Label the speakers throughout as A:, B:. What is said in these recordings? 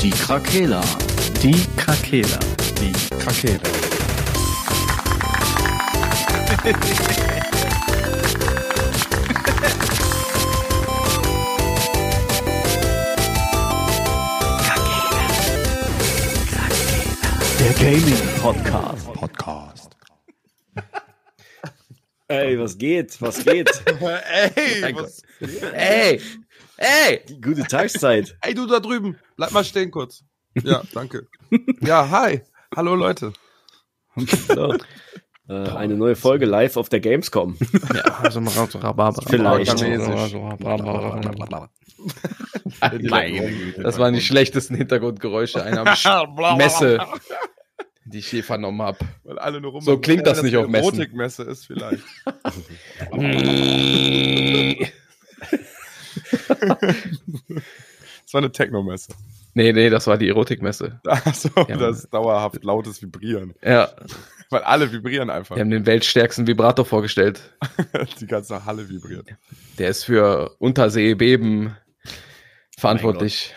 A: Die Krakela.
B: Die Krakela.
A: Die Krakela.
B: Der Gaming Podcast.
C: Podcast.
D: Ey, was geht? Was geht?
C: Ey,
D: Mein
C: was,
D: Ey! Ey! Gute Tagszeit.
C: ey, du da drüben, bleib mal stehen kurz. Ja, danke. Ja, hi. Hallo Leute.
D: So. Äh, eine neue Folge live auf der Gamescom.
B: Also mal raus, Rhabarber.
D: Vielleicht.
B: Rhabarber.
C: Meine
B: Das waren die schlechtesten Hintergrundgeräusche einer Sch- Messe, die ich je vernommen habe.
C: Weil alle nur rum
B: So klingt das nicht auf Messen.
C: Erotikmesse ist vielleicht. Das war eine Technomesse.
B: Nee, nee, das war die Erotikmesse.
C: Achso,
B: Ja.
C: das ist dauerhaft lautes Vibrieren.
B: Ja,
C: Weil alle vibrieren einfach.
B: wir haben den weltstärksten Vibrator vorgestellt.
C: Die ganze Halle vibriert.
B: Der ist für Unterseebeben verantwortlich.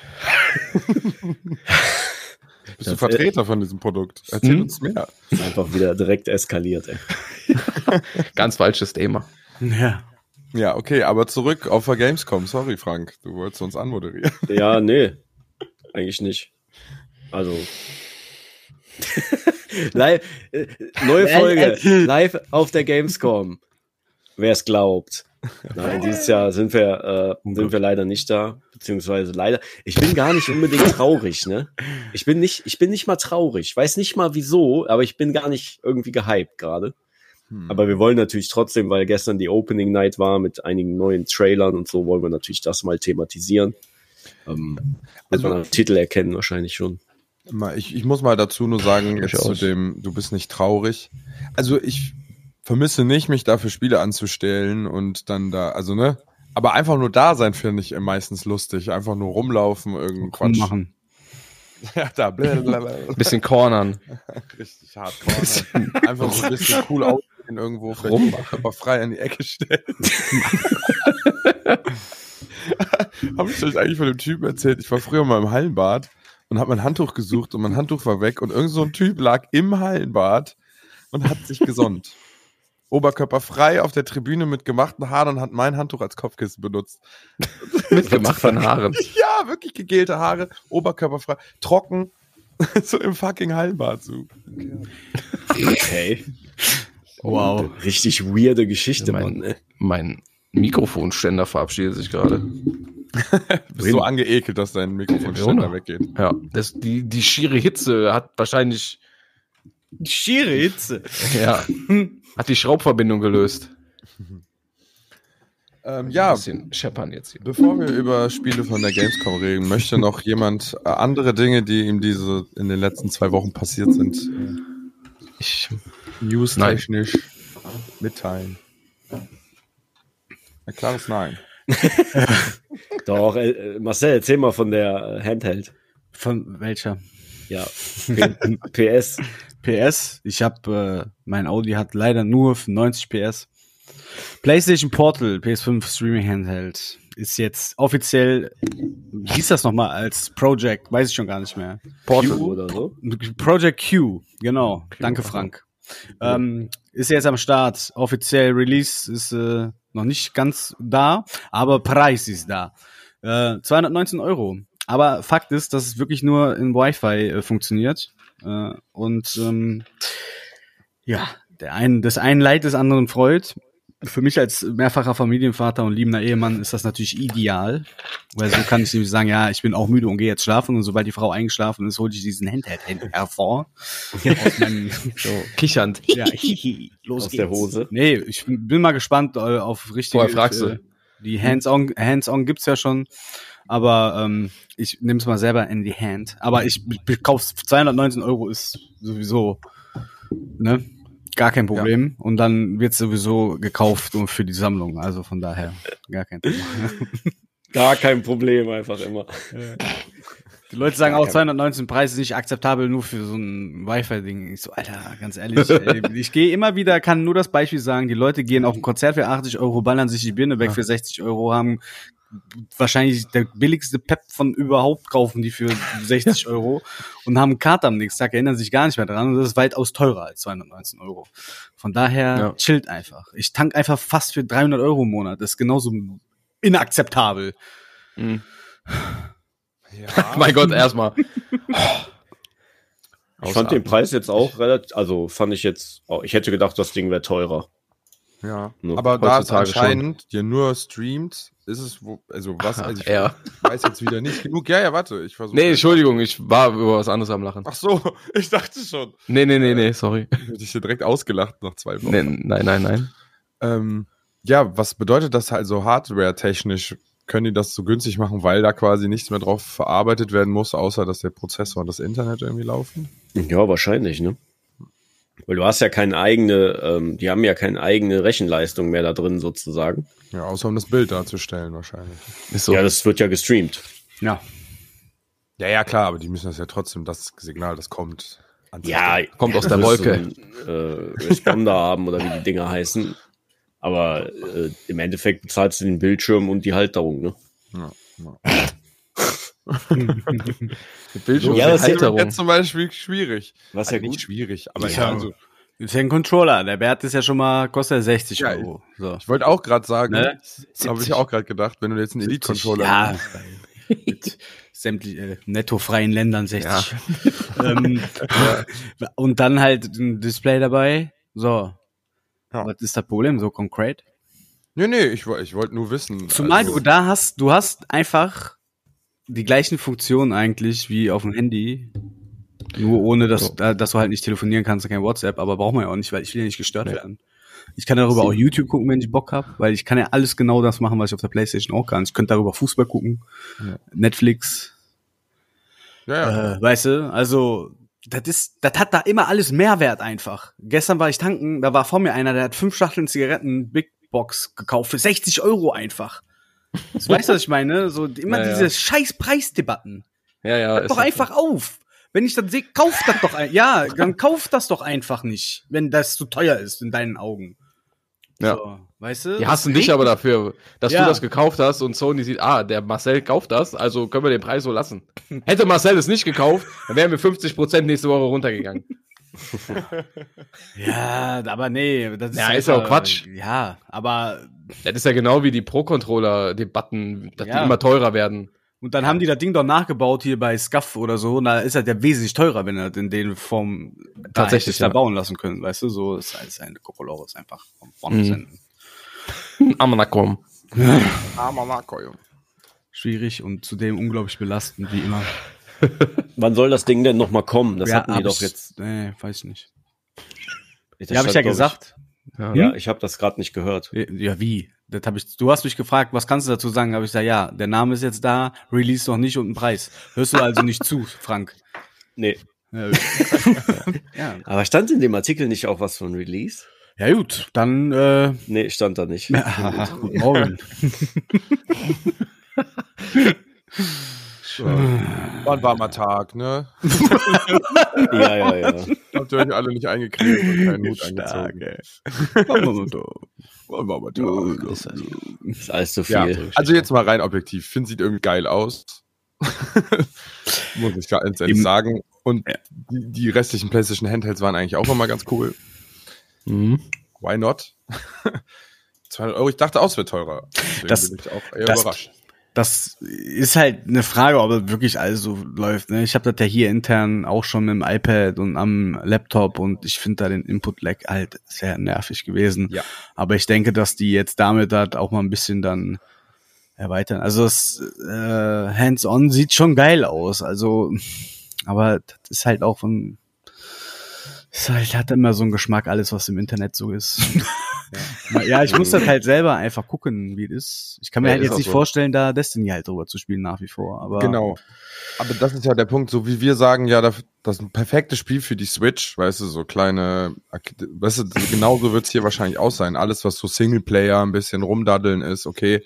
C: Bist du
D: Das-
C: Vertreter von diesem Produkt? Erzähl
B: Hm?
C: uns mehr.
D: Ist einfach wieder direkt eskaliert. Ey.
B: Ganz falsches Thema.
C: Ja, okay, aber zurück auf der Gamescom. Sorry, Frank. Du wolltest uns anmoderieren.
D: Ja, nee. Eigentlich nicht. Also. live, äh, neue Folge. Live auf der Gamescom. äh, Wer es glaubt. Nein, dieses Jahr sind wir, äh, sind wir leider nicht da. Beziehungsweise leider. Ich bin gar nicht unbedingt traurig, ne? Ich bin nicht, ich bin nicht mal traurig. Weiß nicht mal wieso, aber ich bin gar nicht irgendwie gehypt gerade.
C: Hm.
D: Aber wir wollen natürlich trotzdem, weil gestern die Opening Night war mit einigen neuen Trailern und so, wollen wir natürlich das mal thematisieren. Ähm, wird
C: Also-
D: man am Titel erkennen wahrscheinlich schon.
C: Mal, Ich, ich muss mal dazu nur sagen,
B: Mich
C: jetzt zu
B: aus.
C: dem, du bist nicht traurig. Also ich vermisse nicht, mich dafür Spiele anzustellen und dann da, also ne? Aber einfach nur da sein finde ich meistens lustig. Einfach nur rumlaufen, irgendeinen Quatsch.
E: machen.
C: Ja, da, blablabla.
B: Bisschen cornern.
C: Richtig hardcore. Einfach so ein bisschen cool aussehen irgendwo. Rum. Aber frei in die Ecke stellen. Hab ich euch eigentlich von dem Typen erzählt? Ich war früher mal im Hallenbad und hab mein Handtuch gesucht und mein Handtuch war weg und irgend so ein Typ lag im Hallenbad und hat sich gesonnt. Oberkörper frei auf der Tribüne mit gemachten Haaren und hat mein Handtuch als Kopfkissen benutzt.
B: Mitgemacht von Haaren.
C: Ja, wirklich gegelte Haare, Oberkörper frei, trocken, so im fucking Hallenbad. So.
D: Okay.
E: Wow.
D: Richtig weirde Geschichte,
B: Ich mein-
D: Mann. Ne?
B: Mein Mikrofonständer verabschiedet sich gerade.
C: Bist so angeekelt, dass dein Mikrofonständer
B: Corona.
C: weggeht.
B: Ja, das, die, die schiere Hitze hat wahrscheinlich,
E: Schiere Hitze.
B: ja, hat die Schraubverbindung gelöst.
C: Ähm, ja,
B: Ein bisschen scheppern jetzt hier.
C: bevor wir über Spiele von der Gamescom reden, möchte noch jemand äh, andere Dinge, die ihm diese in den letzten zwei Wochen passiert sind,
B: Ich,
C: news-technisch mitteilen. Ein klares Nein.
D: Doch, äh, äh, Marcel, erzähl mal von der äh, Handheld.
E: Von welcher?
D: Ja. P- PS.
E: PS. Ich habe, äh, mein Audi hat leider nur 90 PS. PlayStation Portal, PS5 Streaming Handheld, ist jetzt offiziell, wie hieß das nochmal als Project, weiß ich schon gar nicht mehr.
D: Portal oder so.
E: Project Q, genau. Danke, Frank. Ähm, ist jetzt am Start. Offiziell Release ist äh, noch nicht ganz da, aber Preis ist da. Äh, 219 Euro. Aber Fakt ist, dass es wirklich nur in Wi-Fi äh, funktioniert. Äh, und ähm, ja, der einen, des einen Leid des anderen freut. Für mich als mehrfacher Familienvater und liebender Ehemann ist das natürlich ideal, weil so kann ich nämlich sagen, ja, ich bin auch müde und gehe jetzt schlafen und sobald die Frau eingeschlafen ist, hole ich diesen Handheld hin- hervor. Aus meinem,
B: so, kichernd.
E: ja, hihi, los
D: Aus der Hose.
E: Nee, ich bin mal gespannt äh, auf richtige.
B: Vorher fragst du.
E: äh, Die Hands-on Hands -on gibt's ja schon, aber ähm, ich nehme es mal selber in die Hand. Aber ich, ich kauf's 219 Euro ist sowieso ne gar kein Problem und dann wird's sowieso gekauft und für die Sammlung. Also von daher gar kein Problem.
D: Gar kein Problem, einfach immer.
E: Die Leute sagen auch, 219 Preis ist nicht akzeptabel, nur für so ein Wi-Fi-Ding. Ich so, Alter, ganz ehrlich, ey, ich gehe immer wieder, kann nur das Beispiel sagen, die Leute gehen auf ein Konzert für 80 Euro, ballern sich die Birne weg für 60 Euro, haben wahrscheinlich der billigste Pep von überhaupt kaufen die für 60 Euro und haben einen Kater am nächsten Tag, erinnern sich gar nicht mehr dran und das ist weitaus teurer als 219 Euro. Von daher
B: Ja.
E: chillt einfach. Ich tank einfach fast für 300 Euro im Monat. Das ist genauso inakzeptabel.
B: Mhm. mein Gott, erstmal.
D: Ich fand den Preis jetzt auch relativ, also fand ich jetzt, oh, ich hätte gedacht, das Ding wäre teurer.
C: Ja.
D: Ne,
C: Aber da es
B: heutzutage schon.
C: anscheinend ja nur streamt, ist es, wo, also was, also ich
B: Ah, ja.
C: weiß jetzt wieder nicht genug. Ja, ja, warte, ich versuche.
B: Nee, Entschuldigung, ich war über was anderes am Lachen.
C: Ach so, ich dachte schon.
B: Nee, nee, nee, nee, sorry.
C: Ich hätte dich hier direkt ausgelacht nach zwei Wochen.
B: Nee, nein, nein, nein.
C: Ähm, ja, was bedeutet das halt so hardware-technisch? Können die das so günstig machen, weil da quasi nichts mehr drauf verarbeitet werden muss, außer dass der Prozessor und das Internet irgendwie laufen?
D: Ja, wahrscheinlich, ne? Weil du hast ja keine eigene, ähm, die haben ja keine eigene Rechenleistung mehr da drin sozusagen.
C: Ja, außer um das Bild darzustellen wahrscheinlich.
B: Ist so.
D: Ja, das wird ja gestreamt.
E: Ja.
C: Ja, ja, klar, aber die müssen das ja trotzdem, das Signal, das kommt. ans-
D: Ja,
B: Kommt aus
D: du
B: der
D: wirst
B: Wolke.
D: So einen, äh, Responder haben oder wie die Dinger heißen. Aber äh, im Endeffekt bezahlst du den Bildschirm und die Halterung, ne?
C: Ja, ja.
E: Also,
B: Bildschirm
D: Ja, das ist
B: Halterung.
C: Jetzt zum Beispiel schwierig.
D: Was
C: Also
D: ja gut.
C: nicht schwierig, aber
E: Ich
C: ja,
E: habe-
C: also,
E: Ist ja ein Controller. Der Bert ist ja schon mal, kostet ja 60
C: Ja,
E: Euro. So.
C: ich wollte auch gerade sagen,
E: Ne?
C: habe ich auch gerade gedacht, wenn du jetzt einen Elite-Controller
E: Ja. Mit sämtlich, äh, nettofreien Ländern 60. ähm, und dann halt ein Display dabei. So.
C: Ja.
E: Was ist das Problem so konkret?
C: Nee, nee, ich, woll- ich wollte nur wissen.
E: Zumal
C: also-
E: du da hast, du hast einfach die gleichen Funktionen eigentlich wie auf dem Handy. Nur ohne, dass, äh, dass du halt nicht telefonieren kannst, kein WhatsApp, aber braucht man ja auch nicht, weil ich will ja nicht gestört werden. Ich kann darüber auch YouTube gucken, wenn ich Bock habe, weil ich kann ja alles genau das machen, was ich auf der Playstation auch kann. Ich könnte darüber Fußball gucken, Netflix,
C: Ja, ja.
E: äh, weißt du, also das ist, das hat da immer alles Mehrwert einfach. Gestern war ich tanken, da war vor mir einer, der hat fünf Schachteln Zigaretten Big Box gekauft für 60 Euro einfach. So, weißt du, was ich meine? So immer
B: Ja, ja.
E: diese scheiß Preisdebatten.
B: Ja, ja.
E: Hört
B: ist halt
E: doch
B: so.
E: einfach auf. Wenn ich das sehe, kauf das doch ein. Ja, dann kauf das doch einfach nicht, wenn das zu teuer ist in deinen Augen.
B: Ja.
E: So, weißt du?
B: Die hassen dich aber dafür, dass
E: Ja.
B: du das gekauft hast und Sony sieht, ah, der Marcel kauft das, also können wir den Preis so lassen. Hätte Marcel es nicht gekauft, dann wären wir 50% nächste Woche runtergegangen.
E: Ja, aber nee, das ist
B: Ja,
E: halt,
B: ist ja auch
E: äh,
B: Quatsch.
E: Ja, aber
B: Das ist ja genau wie die Pro-Controller-Debatten, dass
E: Ja.
B: die immer teurer werden.
E: Und dann haben die das Ding doch nachgebaut hier bei Scuff oder so. Und da ist halt ja wesentlich teurer, wenn er das in den Form da
B: Tatsächlich,
E: hättest da
B: ja.
E: bauen lassen können. Weißt du, so ist alles eine Kokolores einfach von vorne
B: Mhm.
E: bis hinten.
B: Amanakom.
C: Armer Marco, Junge.
E: Schwierig und zudem unglaublich belastend, wie immer.
D: Wann soll das Ding denn nochmal kommen? Das
E: Ja,
D: hatten
E: hab
D: die doch
E: ich-
D: jetzt.
E: Nee, weiß ich nicht.
D: das
E: ja, habe ich
D: stand,
E: ja
D: glaub
E: gesagt.
D: Ja, ich habe das gerade nicht gehört.
E: Ja, wie? Das hab ich, du hast mich gefragt, was kannst du dazu sagen? Habe ich gesagt, ja, der Name ist jetzt da, Release noch nicht und ein Preis. Hörst du also nicht zu, Frank?
D: Nee.
E: Ja, ja.
D: Aber stand in dem Artikel nicht auch was von Release?
E: ja gut, dann äh,
D: Nee, stand da nicht.
E: guten Morgen.
C: So.
E: Hm.
C: War ein warmer Tag, ne?
D: ja, ja, ja.
C: Habt ihr euch alle nicht eingekriegt und keinen Hut
E: Stark,
C: angezogen.
E: War ein warmer Tag. Ist das-
D: Ist alles zu viel.
C: Ja, also jetzt mal rein objektiv. Finn sieht irgendwie geil aus. Muss ich ganz ehrlich
E: Im-
C: sagen. Und
E: Ja.
C: die, die restlichen PlayStation Handhelds waren eigentlich auch immer ganz cool.
B: Hm? Mhm.
C: Why not? 200 Euro, ich dachte auch, es wird teurer. Deswegen
E: Das-
C: bin ich auch eher
E: das-
C: überrascht.
E: Das ist halt eine Frage, ob das wirklich alles so läuft. Ne? Ich habe das ja hier intern auch schon mit dem iPad und am Laptop und ich finde da den Input-Lag halt sehr nervig gewesen.
C: Ja.
E: Aber ich denke, dass die jetzt damit halt auch mal ein bisschen dann erweitern. Also das äh, Hands-on sieht schon geil aus. Also, aber das ist halt auch von ist halt, hat immer so einen Geschmack, alles, was im Internet so ist. Ja, ich muss das halt selber einfach gucken, wie es ist. Ich kann mir
B: Ja,
E: halt
B: ist
E: jetzt
B: auch
E: nicht
B: so.
E: vorstellen, da Destiny halt drüber zu spielen nach wie vor. Aber
C: Genau. Aber das ist ja der Punkt, so wie wir sagen, ja, das das ist ein perfektes Spiel für die Switch, weißt du, so kleine, Ak- weißt du, genauso wird es hier wahrscheinlich auch sein. Alles, was so Singleplayer, ein bisschen rumdaddeln ist, okay.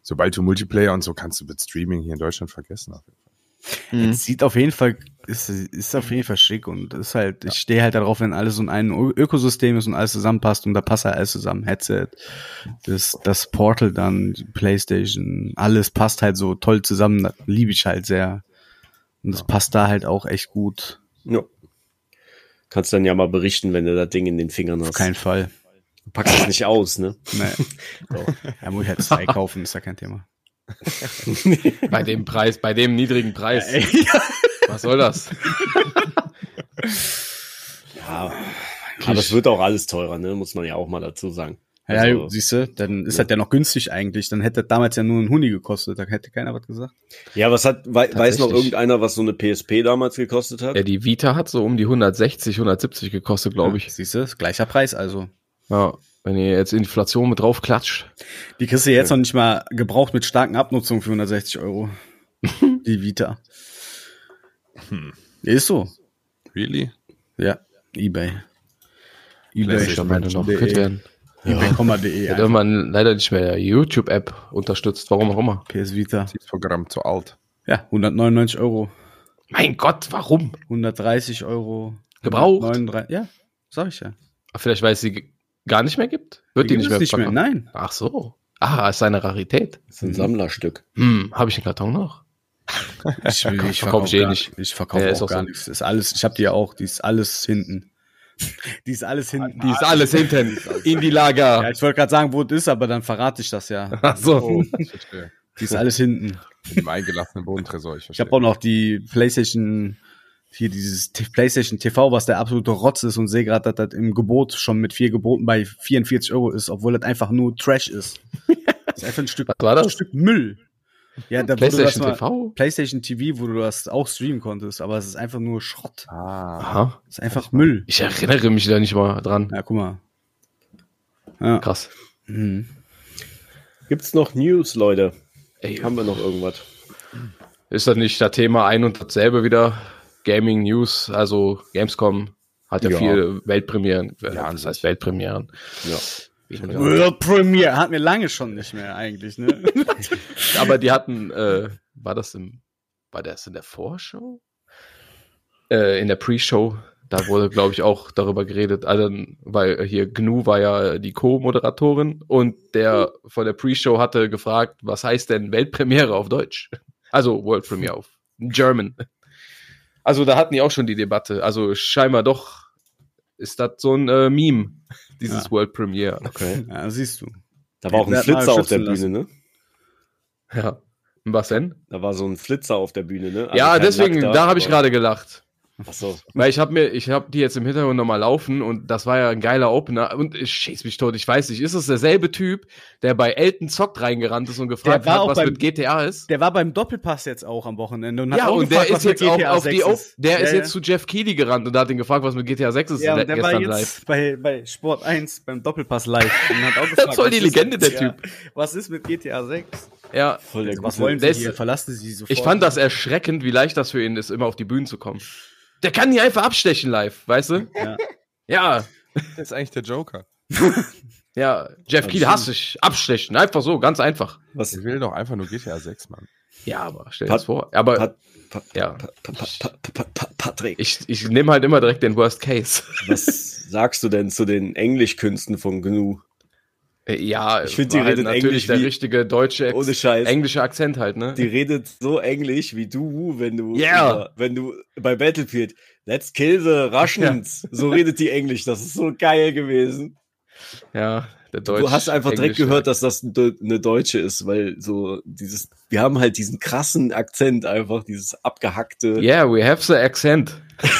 C: Sobald du Multiplayer und so kannst du mit Streaming hier in Deutschland vergessen. Also,
E: Es sieht auf jeden Fall, ist, ist auf jeden Fall schick und ist halt, ich stehe halt darauf, wenn alles so in einem Ö- Ökosystem ist und alles zusammenpasst und da passt halt alles zusammen. Headset, das, das Portal dann, die Playstation, alles passt halt so toll zusammen, das liebe ich halt sehr. Und das passt da halt auch echt gut.
D: Ja. Kannst dann ja mal berichten, wenn du das Ding in den Fingern hast.
E: Auf keinen Fall.
D: Du packst es nicht aus, ne?
E: Nee. Ja, muss ich halt zwei kaufen, ist ja kein Thema.
B: Bei dem Preis, bei dem niedrigen Preis. Was soll das?
D: Ja. Aber es wird auch alles teurer, ne? Muss man ja auch mal dazu sagen.
E: Ja,
D: Also-
E: siehst du, dann ist das ja noch günstig eigentlich. Dann hätte das damals ja nur ein Huni gekostet, da hätte keiner was gesagt.
D: Ja, was hat, wei weiß noch
B: Tatsächlich.
D: irgendeiner, was so eine PSP damals gekostet
E: Äh,
D: hat?
B: Ja, die Vita hat so um die 160, 170 gekostet, glaube ich.
E: Siehst du, gleicher Preis also.
B: Ja. Wenn ihr jetzt Inflation mit drauf klatscht.
E: Die kriegst du jetzt noch nicht mal gebraucht mit starken Abnutzungen für 160 Euro. Die Vita.
B: Hm.
E: Ist so.
C: Really?
E: Ja. Ebay.
B: Ich am Ende noch
E: ebay.de.
B: gekriegt werden.
E: ebay.de.
B: Hat irgendwann leider nicht mehr die YouTube-App unterstützt, warum auch immer.
E: PS Vita.
C: Dieses Programm zu alt.
E: Ja, 199 Euro.
B: Mein Gott, warum?
E: 130 Euro.
B: Gebraucht?
E: 139 ja, sag ich ja.
B: Vielleicht weil es sie g- gar nicht mehr gibt? Wird die,
E: Die
B: nicht
E: gibt's
B: mehr,
E: nicht mehr.
B: verkauft?
E: Nein.
B: Ach so. Ah, ist eine Rarität.
D: Das ist ein Sammlerstück.
B: Hm, habe ich einen Karton noch?
E: Ich, will- ich
B: Verkauf
E: verkaufe
B: ich eh
E: gar
B: nicht.
E: nicht. Ich verkaufe
B: Ja, ist
E: auch
B: auch
E: gar
B: so.
E: nichts. Ist alles, ich habe die ja auch, die ist alles hinten. Die ist alles hinten.
B: Die ist alles hinten. In die Lager.
E: Ah, ja, ich wollte gerade sagen, wo es ist, aber dann verrate ich das ja.
B: Ach so.
C: Ich verstehe.
E: Die ist alles hinten.
C: Im eingelassenen Bodentresor, ich
E: Ich
C: verstehe.
E: habe auch noch die PlayStation hier dieses T- PlayStation TV, was der absolute Rotz ist und sehe gerade, dass das im Gebot schon mit vier Geboten bei 44 Euro ist, obwohl das einfach nur Trash ist. Das ist einfach ein Stück,
B: Was war das?
E: Ein Stück Müll. Ja, da wurde das
B: PlayStation
E: mal-
B: TV?
E: PlayStation TV, wo du das auch streamen konntest, aber es ist einfach nur Schrott.
C: ah,
B: Aha.
E: Es ist einfach Müll.
B: Ich erinnere mich da nicht mal dran.
E: Ja, guck mal. Ja.
B: Krass.
E: Mhm.
D: Gibt's noch News, Leute?
B: Ey,
D: Haben wir noch irgendwas?
B: ist das nicht das Thema ein und dasselbe wieder? Gaming News, also Gamescom hat ja,
D: Ja.
B: viele Weltpremieren.
C: Ja, an
B: das heißt Weltpremieren.
D: Ja.
B: Weniger.
E: World Premiere hatten wir lange schon nicht mehr eigentlich, ne?
B: Aber die hatten, äh, war das im, war das in der Vorschau? Äh, in der Pre-Show, da wurde, glaube ich, auch darüber geredet, also, weil hier Gnu war ja die Co-Moderatorin und der von der Pre-Show hatte gefragt, was heißt denn Weltpremiere auf Deutsch? Also World Premiere auf German. Also da hatten die auch schon die Debatte. Also scheinbar doch ist das so ein äh, Meme, dieses
E: Ja.
B: World Premiere.
D: Okay.
E: ja, siehst du.
D: Da war auch
E: Wir
D: ein
E: hatten alle
D: Flitzer auf der
E: schützen
D: Bühne, ne?
B: Ja. Was denn?
D: Da war so ein Flitzer auf der Bühne, ne? Also
B: ja,
D: kein
B: deswegen,
D: nackter,
B: da habe ich
D: aber-
B: gerade gelacht.
D: Ach so.
B: Weil ich habe mir, ich habe die jetzt im Hintergrund nochmal laufen und das war ja ein geiler Opener und ich schieß mich tot. Ich weiß nicht, ist es derselbe Typ, der bei Elton zockt reingerannt ist und gefragt
E: war
B: hat,
E: auch
B: was
E: beim-
B: mit GTA ist?
E: Der war beim Doppelpass jetzt auch am Wochenende und hat
B: ja,
E: auch
B: und der
E: gefragt, was
B: ist
E: mit
B: jetzt auch
E: GTA
B: auf die,
E: 6
B: Op- der
E: ja,
B: ist
E: ja.
B: jetzt zu Jeff Keighley gerannt und hat ihn gefragt, was mit GTA 6 ist.
E: ja,
B: le-
E: und der war jetzt
B: live.
E: Bei, bei Sport 1 beim Doppelpass live und hat auch gefragt,
B: Voll die
E: was ist-
B: Legende, der
E: ja, Was ist mit GTA 6?
B: Ja,
D: Voll der
E: Was
D: gute-
E: wollen sie
B: das-
E: hier? Verlassen sie sofort.
B: ich fand das erschreckend, wie leicht das für ihn ist, immer auf die Bühnen zu kommen. Der kann hier einfach abstechen live, weißt du?
E: Ja.
B: Ja,
C: das ist eigentlich der Joker.
B: ja. Jeff Keighley hasse ich. Abstechen, einfach so, ganz einfach.
D: Was
C: Ich will doch einfach nur GTA 6, Mann.
B: Ja, aber stell dir
D: Pat-
B: das vor. Aber
D: Pat- Pat-
B: ja.
D: Pa- pa- pa- pa- pa- Patrick,
B: Ich, ich nehme halt immer direkt den Worst Case.
D: was sagst du denn zu den Englischkünsten von Gnu?
B: Äh, Ja,
D: Ich find,
B: war
D: die
B: halt
D: reden
B: natürlich
D: Englisch
B: der
D: wie-
B: richtige deutsche, Ex-
D: Ohne Scheiß.
B: englische Akzent halt, ne?
D: Die redet so englisch wie du, wenn du,
B: Yeah.
D: über- wenn du bei Battlefield, let's kill the Russians. So redet die Englisch. Das ist so geil gewesen.
B: ja, der Deutsch.
D: Du hast einfach direkt
B: englische-
D: gehört, dass das de- eine Deutsche ist, weil so dieses, wir haben halt diesen krassen Akzent einfach, dieses abgehackte.
B: Yeah, we have the accent.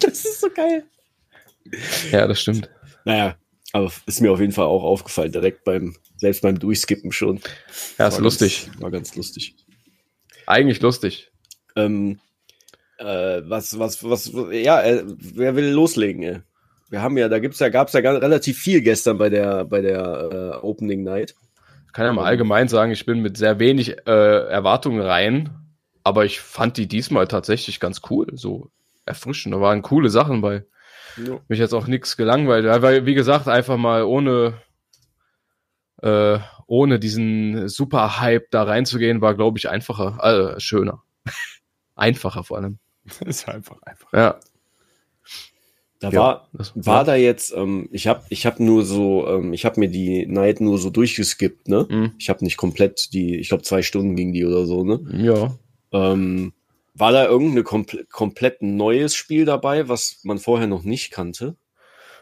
D: Das ist so geil.
B: Ja, das stimmt.
D: Naja, aber ist mir auf jeden Fall auch aufgefallen, direkt beim, selbst beim Durchskippen schon.
B: Ja, ist
D: War
B: lustig.
D: Ganz, war ganz lustig.
B: Eigentlich lustig.
D: Ähm, äh, was, was, was, ja, äh, wer will loslegen, ey? Wir haben ja, da gibt's ja, gab's ja ganz, relativ viel gestern bei der, bei der äh, Opening Night.
B: Kann ja mal allgemein sagen, ich bin mit sehr wenig äh, Erwartungen rein, aber ich fand die diesmal tatsächlich ganz cool, so erfrischend. Da waren coole Sachen bei. mich jetzt auch nichts gelangweilt, weil, weil, wie gesagt, einfach mal ohne, äh, ohne diesen super Hype da reinzugehen, war, glaube ich, einfacher, äh, schöner. Einfacher vor allem.
C: Das ist einfach, einfach.
B: Ja.
D: Da
B: Ja,
D: war,
B: das-
D: war
B: ja.
D: da jetzt, ähm, ich habe ich hab nur so, ähm, ich habe mir die Night nur so durchgeskippt, ne?
B: Mhm.
D: Ich habe nicht komplett die, ich glaube zwei Stunden ging die oder so, ne?
B: Ja.
D: Ähm, war da irgendein komple komplett neues Spiel dabei, was man vorher noch nicht kannte?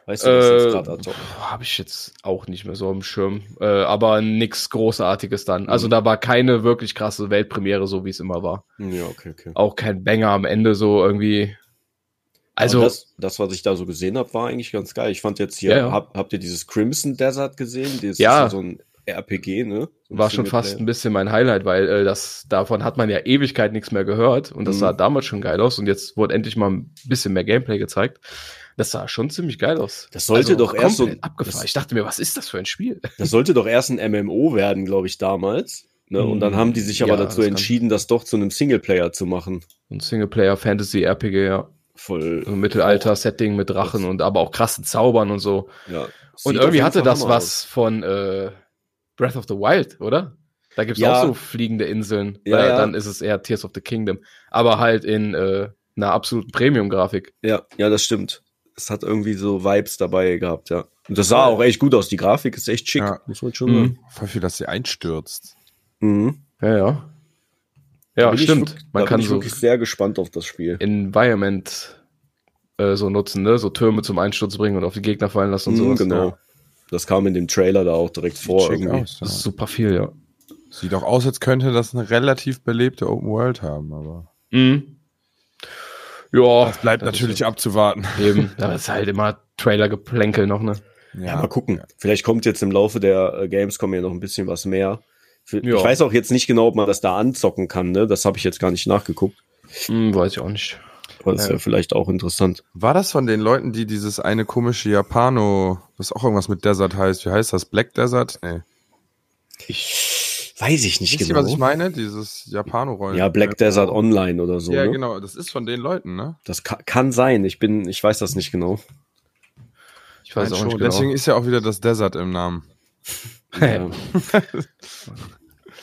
D: Weißt du, das
B: Äh,
D: jetzt gerade ad hoc?
B: Habe ich jetzt auch nicht mehr so im Schirm. Äh, aber nichts Großartiges dann. Also
D: Mhm.
B: da war keine wirklich krasse Weltpremiere, so wie es immer war.
D: Ja, okay, okay.
B: Auch kein Banger am Ende so irgendwie. Also,
D: Aber das, das, was ich da so gesehen habe, war eigentlich ganz geil. Ich fand jetzt hier,
B: Ja, ja.
D: Hab, habt ihr dieses Crimson Desert gesehen? Das
B: Ja.
D: ist so ein RPG, ne? So ein
B: war schon fast ein bisschen mein Highlight, weil äh, das davon hat man ja Ewigkeit nichts mehr gehört und das
D: Mhm.
B: sah damals schon geil aus und jetzt wurde endlich mal ein bisschen mehr Gameplay gezeigt. Das sah schon ziemlich geil aus. Also
D: Das sollte doch erst so-
B: komplett abgefahren.
D: das-
B: Ich dachte mir, was ist das für ein Spiel?
D: Das sollte doch erst ein MMO werden, glaube ich, damals. Ne? Und dann
B: Hm,
D: haben die sich aber
B: ja,
D: dazu
B: das kann-
D: entschieden, das doch zu einem Singleplayer zu machen.
B: Ein Singleplayer Fantasy RPG, ja,
D: Voll.
B: so ein Mittelalter Setting mit Drachen und aber auch krassen Zaubern und so.
D: Ja.
B: und
D: Sieht auf
B: irgendwie
D: jeden
B: hatte
D: Fall
B: das
D: Hammer aus.
B: was von äh, Breath of the Wild, oder? Da gibt's
D: Ja.
B: auch so fliegende Inseln.
D: Ja,
B: äh,
D: ja.
B: Dann ist es eher Tears of the Kingdom, aber halt in äh, einer absoluten Premium-Grafik.
D: Ja, ja, das stimmt. Es hat irgendwie so Vibes dabei gehabt, ja. Und das sah auch echt gut aus. Die Grafik ist echt schick,
C: Ja.
D: muss man schon
B: Mhm.
D: sagen.
C: Voll viel, dass sie einstürzt.
D: Mhm.
B: Ja, ja. Ja,
D: Bin ich
B: stimmt.
D: wirklich-
B: Man
D: da
B: kann
D: bin ich
B: so
D: wirklich sehr gespannt auf das Spiel.
B: Environment äh, so nutzen, ne? So Türme zum Einsturz bringen und auf die Gegner fallen lassen und
D: Mhm,
B: sowas.
D: genau.
B: Ja.
D: Das kam in dem Trailer da auch direkt vor.
C: Sieht schick
D: irgendwie.
C: aus, ja.
B: Das ist super viel, ja.
C: Sieht auch aus, als könnte das eine relativ belebte Open World haben, aber.
B: Mhm. Ja.
C: Das bleibt
B: das
C: natürlich
B: ist,
C: abzuwarten.
B: Eben, da ist halt immer Trailer-Geplänkel noch, ne?
D: Ja, mal gucken. Vielleicht kommt jetzt im Laufe der äh, Gamescom ja noch ein bisschen was mehr. Für,
B: Ja.
D: Ich weiß auch jetzt nicht genau, ob man das da anzocken kann. Ne? Das habe ich jetzt gar nicht nachgeguckt.
B: Hm, weiß ich auch nicht.
D: Aber das
B: Ja.
D: wäre vielleicht auch interessant.
C: War das von den Leuten, die dieses eine komische Japano, was auch irgendwas mit Desert heißt? Wie heißt das? Black Desert? Nee.
D: Weiß ich nicht
C: Wisst
D: genau.
C: ihr, was ich meine? Dieses Japano-Rollen.
D: ja, Black Desert Online oder so.
C: Ja,
D: ne?
C: genau. Das ist von den Leuten, ne?
D: Das kann, kann sein. Ich bin, ich weiß das nicht genau.
B: Ich weiß
C: Nein,
B: auch
C: schon.
B: nicht genau.
C: Deswegen ist ja auch wieder das Desert im Namen.
D: Ja.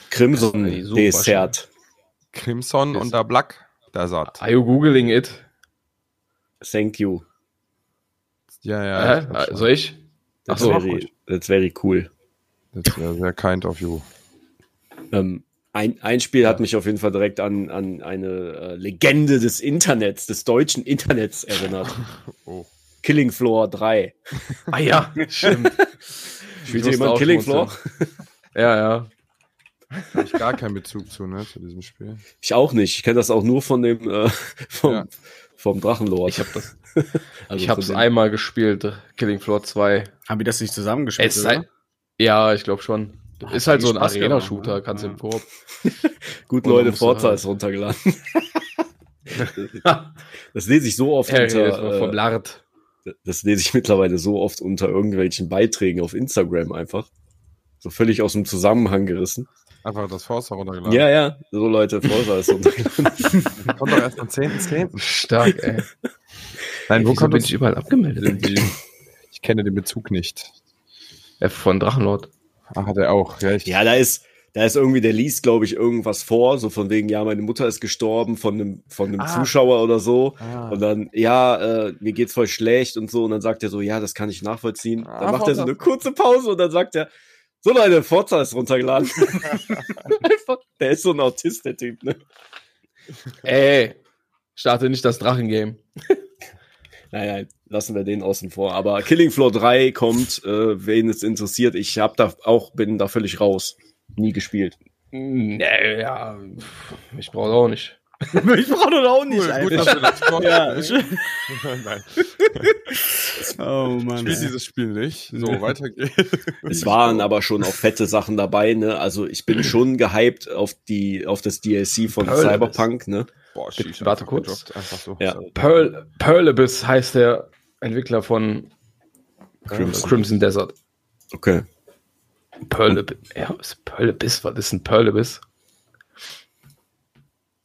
D: Crimson
B: Das ist super
D: Dessert.
C: Crimson und der Black Desert.
B: Are you googling it?
D: Thank you.
C: Ja, ja.
B: Ja,
C: ich hab
B: äh,
D: Also-
C: schon.
B: soll ich? Ach
D: That's,
B: so, mach
D: very, that's very cool.
C: Das wäre sehr kind of you.
D: Ähm, ein, ein Spiel hat mich auf jeden Fall direkt an, an eine äh, Legende des Internets, des deutschen Internets erinnert.
C: Oh.
D: Killing Floor 3.
B: Ah ja, stimmt.
D: Spielt
B: musste
D: hier jemand
B: auch
D: Killing
B: schmunzeln.
D: Floor?
B: Ja, ja.
C: Hab ich gar keinen Bezug zu, ne? Zu diesem Spiel.
D: Ich auch nicht. Ich kenne das auch nur von dem äh, vom,
C: Ja.
D: vom Drachenlord.
B: Ich habe das.
D: Also
B: ich habe
D: von
B: es
D: dem-
B: einmal gespielt, Killing Floor 2.
E: Haben wir das nicht
B: Es
E: zusammengespielt?
B: ist
E: oder?
B: halt, ja, ich glaube schon. ist halt so ein
E: Spaß gemacht,
B: Arena-Shooter,
E: ne?
B: kannst du
E: Ja.
B: im Koop.
D: Gut,
B: Und dann
D: Leute,
B: musst du
D: Forza
B: halt-
D: ist runtergeladen. das lese ich so oft
B: Ja, ich rede jetzt mal vom
D: unter, äh,
B: Lard.
D: das lese ich mittlerweile so oft unter irgendwelchen Beiträgen auf Instagram einfach. So völlig aus dem Zusammenhang gerissen.
C: Einfach das Forster runtergeladen.
D: Ja, ja. So Leute, Forza ist runtergeladen.
C: Kommt doch erst am 10.10.
B: Stark, ey.
C: Nein, wo
B: Wieso
C: kommt
B: bin
C: das?
B: ich überall abgemeldet?
C: Ich kenne den Bezug nicht.
B: Äh, Von Drachenlord.
C: Ach, hat er auch. Ja, ich,
D: Ja, da ist, da ist irgendwie, der liest, glaube ich, irgendwas vor, so von wegen, ja, meine Mutter ist gestorben von einem, von
C: Ah.
D: einem Zuschauer oder so. Und dann, ja, äh, mir geht's voll schlecht und so. Und dann sagt er so, ja, das kann ich nachvollziehen. Dann
C: Ah,
D: macht er so
C: Forza.
D: eine kurze Pause und dann sagt er, so Leute, Forza ist runtergeladen. Einfach, der ist so ein Autist, der Typ, ne?
B: Ey, starte nicht das Drachengame.
D: Nein, nein, lassen wir den außen vor. Aber Killing Floor 3 kommt, äh, wen es interessiert. Ich hab da auch, bin da völlig raus. Nie gespielt.
B: Hm, Nee, ja, pff, ich brauche auch nicht.
E: ich brauche das auch nicht.
C: Cool, gut,
E: Alter.
C: dass wir das Wort-
E: Ja, schön.
C: Nein,
E: oh Mann.
C: spiel dieses Spiel nicht. So, weiter geht's.
D: Es waren aber schon auch fette Sachen dabei, ne? Also ich bin schon gehypt auf die, auf das DLC von
B: Pearl
D: Cyberpunk, ne?
C: Boah,
B: schieß, warte einfach kurz. gedroppt,
C: Einfach so.
D: Ja.
B: Pearl, Pearlibus heißt der Entwickler von Crimson,
D: Crimson.
B: Crimson Desert.
D: Okay.
B: Pearlibus. Ja, ist Pearlibus? Was ist ein Pearlibus?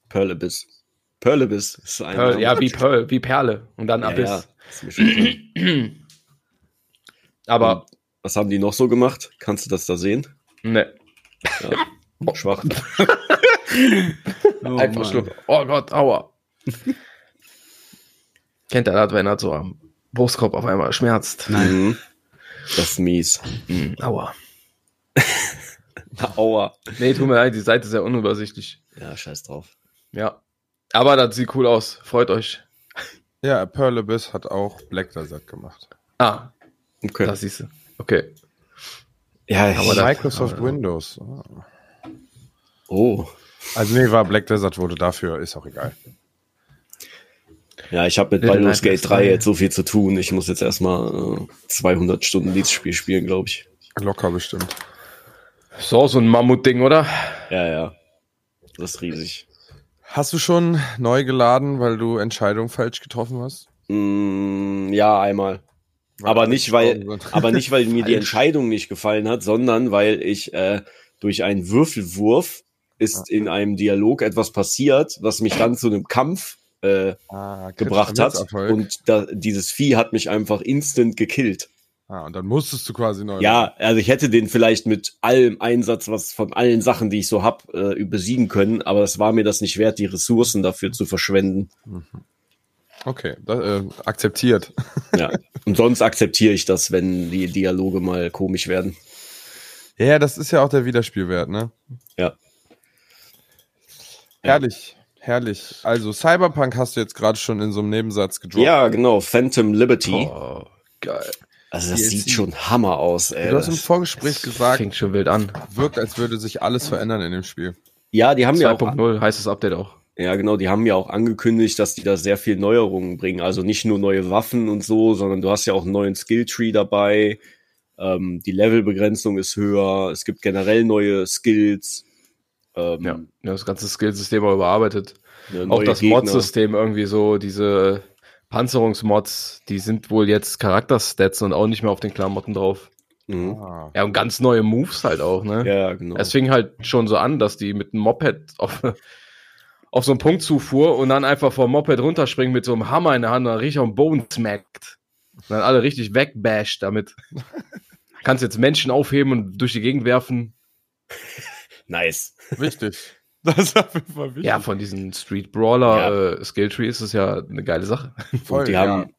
D: Pearl Abyss. Pearl Abyss ist ein
B: Pearl,
D: Name.
B: ja, wie Pearl, wie Perle. Und dann
D: ja,
B: Abyss.
D: ja. Ist mir schon klar.
B: Aber,
D: Was haben die noch so gemacht? Kannst du das da sehen?
B: ne.
D: Schwach.
E: Oh,
B: Einfach
E: Mann.
B: schlucken. Oh Gott, aua. Kennt er das, wenn er so am Brustkorb auf einmal schmerzt?
D: Mhm. Das ist mies.
B: Hm, aua.
D: Aua.
B: Nee, tut mir leid, die Seite ist ja unübersichtlich.
D: Ja, scheiß drauf.
B: Ja. Aber das sieht cool aus. Freut euch.
C: Ja, Pearl Abyss hat auch Black Desert gemacht.
B: Ah,
D: Okay.
B: das siehst du. Okay.
D: ja, ich,
B: Aber da-
C: Microsoft
B: aber-
C: Windows. Ah.
D: oh.
C: Also nee, war Black Desert wurde dafür, ist auch egal.
D: Ja, ich habe mit
B: Little
D: Baldur's
B: Nightmares
D: Gate 3
B: drei.
D: jetzt so viel zu tun. Ich muss jetzt erstmal äh, 200 Stunden dieses Spiel spielen, glaube ich.
C: Locker bestimmt.
B: Ist auch so ein Mammutding, oder?
D: Ja, ja. Das ist riesig.
C: Hast du schon neu geladen, weil du Entscheidungen falsch getroffen hast?
D: Mm, ja, einmal. Aber nicht, weil, aber nicht, weil mir die
B: Falsch.
D: Entscheidung nicht gefallen hat, sondern weil ich äh, durch einen Würfelwurf ist in einem Dialog etwas passiert, was mich dann zu einem Kampf äh,
C: Ah, kritischer
D: gebracht hat.
C: Misserfolg.
D: Und da, dieses Vieh hat mich einfach instant gekillt.
C: ah, und dann musstest du quasi neu. laden.
D: Ja, also ich hätte den vielleicht mit allem Einsatz, was von allen Sachen, die ich so hab, äh, übersiegen können, aber das war mir das nicht wert, die Ressourcen dafür zu verschwenden.
C: Okay, da, äh, akzeptiert.
D: Ja. Und sonst akzeptiere ich das, wenn die Dialoge mal komisch werden.
C: Ja, das ist ja auch der Wiederspielwert, ne?
D: Ja.
C: Herrlich, herrlich. Also Cyberpunk hast du jetzt gerade schon in so einem Nebensatz gedroppt.
D: Ja, genau, Phantom Liberty.
B: Oh, geil.
D: Also das
C: DLC.
D: sieht schon Hammer aus, ey.
C: Du hast im
D: Das,
C: Vorgespräch gesagt,
B: Fängt schon wild an.
C: wirkt, als würde sich alles verändern in dem Spiel.
D: ja, die haben ja auch
B: 2.0 heißt das Update auch.
D: Ja, genau, die haben ja auch angekündigt, dass die da sehr viel Neuerungen bringen. Also nicht nur neue Waffen und so, sondern du hast ja auch einen neuen Skilltree dabei. Ähm, die Levelbegrenzung ist höher. Es gibt generell neue Skills. Ähm,
B: Ja. ja das ganze Skillsystem war überarbeitet.
D: ne,
B: Auch
D: neue
B: das
D: Gegner.
B: Mod-System irgendwie so, diese Panzerungsmods, die sind wohl jetzt Charakterstats und auch nicht mehr auf den Klamotten drauf.
D: Mhm.
C: Ah.
B: Ja, und ganz neue Moves halt auch, ne?
D: Ja, genau.
B: Es fing halt schon so an, dass die mit einem Moped auf, auf so einen Punkt zufuhr und dann einfach vom Moped runterspringen mit so einem Hammer in der Hand und dann richtig auf den Boden smackt. Und dann alle richtig wegbasht damit. Kannst jetzt Menschen aufheben und durch die Gegend werfen.
D: nice.
C: Wichtig. Das ist auf jeden Fall wichtig.
B: Ja, von diesen Street Brawler äh, Skilltree ist es ja eine geile Sache.
C: Voll,
D: die
C: ja.
D: haben,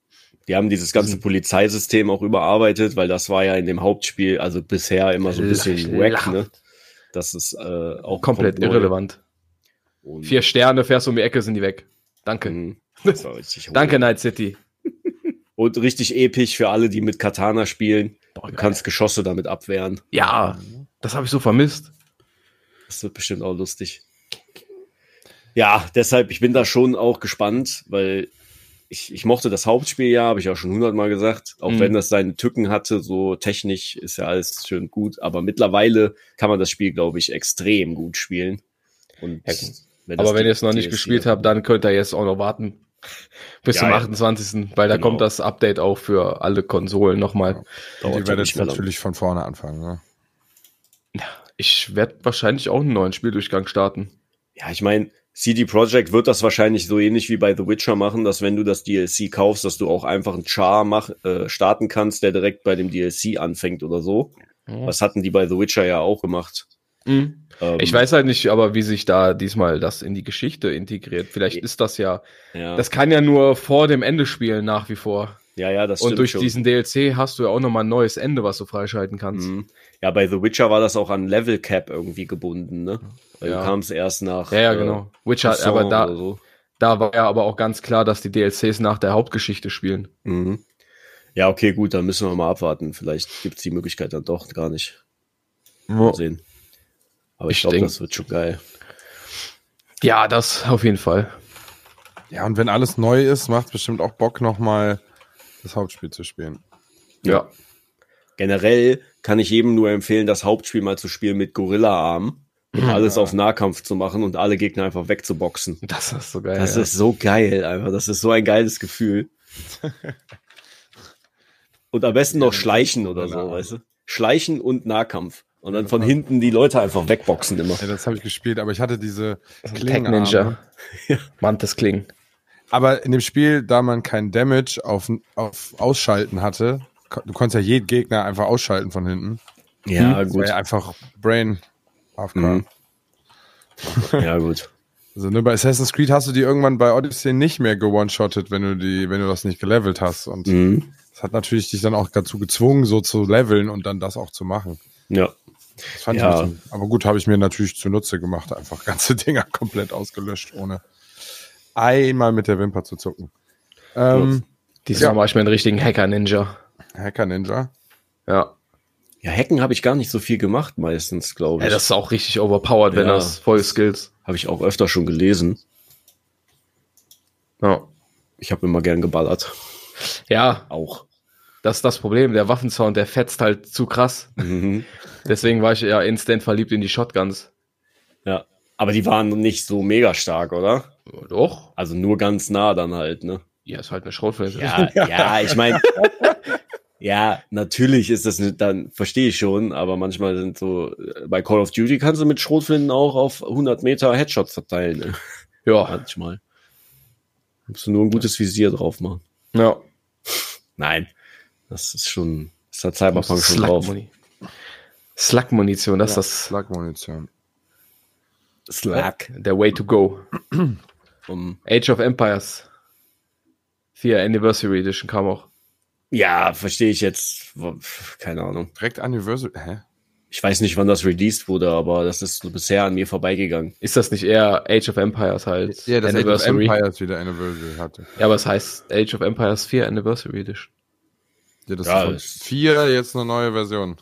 D: die haben dieses ganze Polizeisystem auch überarbeitet, weil das war ja in dem Hauptspiel, also bisher immer so ein bisschen wack,
B: Lachhaft.
D: ne? Das ist äh, auch
B: Komplett
D: neu.
B: irrelevant.
D: Und-
B: Vier Sterne, fährst um die Ecke, sind die weg. Danke.
D: Mhm. Das war richtig
B: Danke, Night City.
D: Und richtig episch für alle, die mit Katana spielen.
B: Boah,
D: Du
B: geil.
D: kannst Geschosse damit abwehren.
B: ja, das habe ich so vermisst.
D: Das wird bestimmt auch lustig. Ja, deshalb, ich bin da schon auch gespannt, weil ich, ich mochte das Hauptspiel ja, habe ich auch schon hundertmal gesagt. Auch
B: Mhm.
D: wenn das seine Tücken hatte, so technisch ist ja alles schön gut. Aber mittlerweile kann man das Spiel, glaube ich, extrem gut spielen. Und
B: Ja,
D: wenn das
B: Aber wenn
D: die-
B: ihr es noch
D: die-
B: nicht gespielt habt, dann könnt ihr jetzt auch noch warten. Bis
D: Ja,
B: zum
D: ja.
B: 28. Weil da
D: Genau.
B: kommt das Update auch für alle Konsolen nochmal.
D: dauert
C: Die
D: ja
C: werdet
D: nicht mehr lang.
C: natürlich von vorne anfangen. Ne?
B: Ich werde wahrscheinlich auch einen neuen Spieldurchgang starten.
D: Ja, ich meine, CD Projekt wird das wahrscheinlich so ähnlich wie bei The Witcher machen, dass wenn du das DLC kaufst, dass du auch einfach einen Char mach, äh, starten kannst, der direkt bei dem DLC anfängt oder so. Was hatten die bei The Witcher ja auch gemacht.
B: Mhm.
D: Ähm,
B: Ich weiß halt nicht, aber wie sich da diesmal das in die Geschichte integriert. Vielleicht
D: Ja.
B: ist das ja.
D: Ja,
B: Das kann ja nur vor dem Ende spielen nach wie vor.
D: ja, ja, das
B: Und
D: stimmt
B: durch
D: schon.
B: diesen DLC hast du ja auch nochmal ein neues Ende, was du freischalten kannst.
D: Mhm. Ja, bei The Witcher war das auch an Level Cap irgendwie gebunden, ne? Weil
B: Ja.
D: du kamst erst nach.
B: Ja, ja,
D: äh,
B: genau. Witcher,
D: Toussaint
B: aber da,
D: oder so.
B: da war ja aber auch ganz klar, dass die DLCs nach der Hauptgeschichte spielen.
D: Mhm. Ja, okay, gut, dann müssen wir mal abwarten. Vielleicht gibt's die Möglichkeit dann doch gar nicht. Mal sehen. Aber
B: Oh.
D: ich,
B: Ich
D: glaube,
B: denk-
D: das wird schon geil.
B: Ja, das auf jeden Fall.
C: Ja, und wenn alles neu ist, macht bestimmt auch Bock, nochmal das Hauptspiel zu spielen.
B: Ja.
D: Generell kann ich jedem nur empfehlen, das Hauptspiel mal zu spielen mit Gorilla-Arm und alles auf Nahkampf zu machen und alle Gegner einfach wegzuboxen.
B: Das ist so geil.
D: Das
B: ja.
D: ist so geil, einfach. Das ist so ein geiles Gefühl. Und am besten noch schleichen oder so, weißt du? Schleichen und Nahkampf. Und dann von hinten die Leute einfach wegboxen immer.
C: Ja, das habe ich gespielt, aber ich hatte diese
B: Kling
C: Klingenarme.
B: Ninja. Mantes Kling.
C: Aber in dem Spiel, da man kein Damage auf, auf Ausschalten hatte, ko- du konntest ja jeden Gegner einfach ausschalten von hinten.
D: Ja,
C: Das war
D: Ah, gut.
C: ja einfach Brain AFK.
D: Mhm. Ja, gut.
C: Also ne, bei Assassin's Creed hast du die irgendwann bei Odyssey nicht mehr gewone-shottet, wenn du die, wenn du das nicht gelevelt hast. Und
D: Mhm.
C: das hat natürlich dich dann auch dazu gezwungen, so zu leveln und dann das auch zu machen.
D: Ja.
C: Das fand
D: Ja.
C: ich ein bisschen, aber gut, habe ich mir natürlich zunutze gemacht, einfach ganze Dinger komplett ausgelöscht, ohne einmal mit der Wimper zu zucken. Ähm,
B: Diesmal
C: Ja.
B: war ich mir einen richtigen Hacker-Ninja.
C: Hacker Ninja.
B: Ja.
D: Ja, Hacken habe ich gar nicht so viel gemacht meistens, glaube
B: ja,
D: ich.
B: das ist auch richtig overpowered, wenn
D: Ja.
B: das voll Skills.
D: habe ich auch öfter schon gelesen.
B: Ja.
D: Ich habe immer gern geballert.
B: ja,
D: Auch.
B: das ist das Problem. Der Waffensound, der fetzt halt zu krass.
D: Mhm.
B: Deswegen war ich ja instant verliebt in die Shotguns.
D: Ja. Aber die waren nicht so mega stark, oder?
B: Doch.
D: Also nur ganz nah dann halt, ne?
B: Ja, ist halt eine Schrotflinte.
D: Ja, ja, ich meine, ja, natürlich ist das, nicht- dann verstehe ich schon, aber manchmal sind so, äh, bei Call of Duty kannst du mit Schrotflinten auch auf 100 Meter Headshots verteilen. Ne?
B: Ja.
D: Manchmal. Musst du nur ein gutes Visier drauf machen.
B: ja.
D: Nein, das ist schon, das hat Cyberpunk schon drauf.
B: Slug-Muni. Slug-Munition, das ist das,
C: Schlagmunition.
D: Slack.
B: der Way to go.
D: Um,
B: Age of Empires. 4 Anniversary Edition kam auch.
D: ja, verstehe ich jetzt, wo- pf, keine Ahnung.
C: Direkt Anniversary. Hä?
D: Ich weiß nicht, wann das released wurde, aber das ist so bisher an mir vorbeigegangen.
B: Ist das nicht eher Age of Empires halt?
C: Ja, das Age of
B: Anniversary?
C: Empires wieder Anniversary hatte.
B: Ja, aber es heißt Age of Empires 4 Anniversary Edition.
C: Ja, das
D: Ja,
C: ist von
D: das-
C: vier jetzt eine neue Version.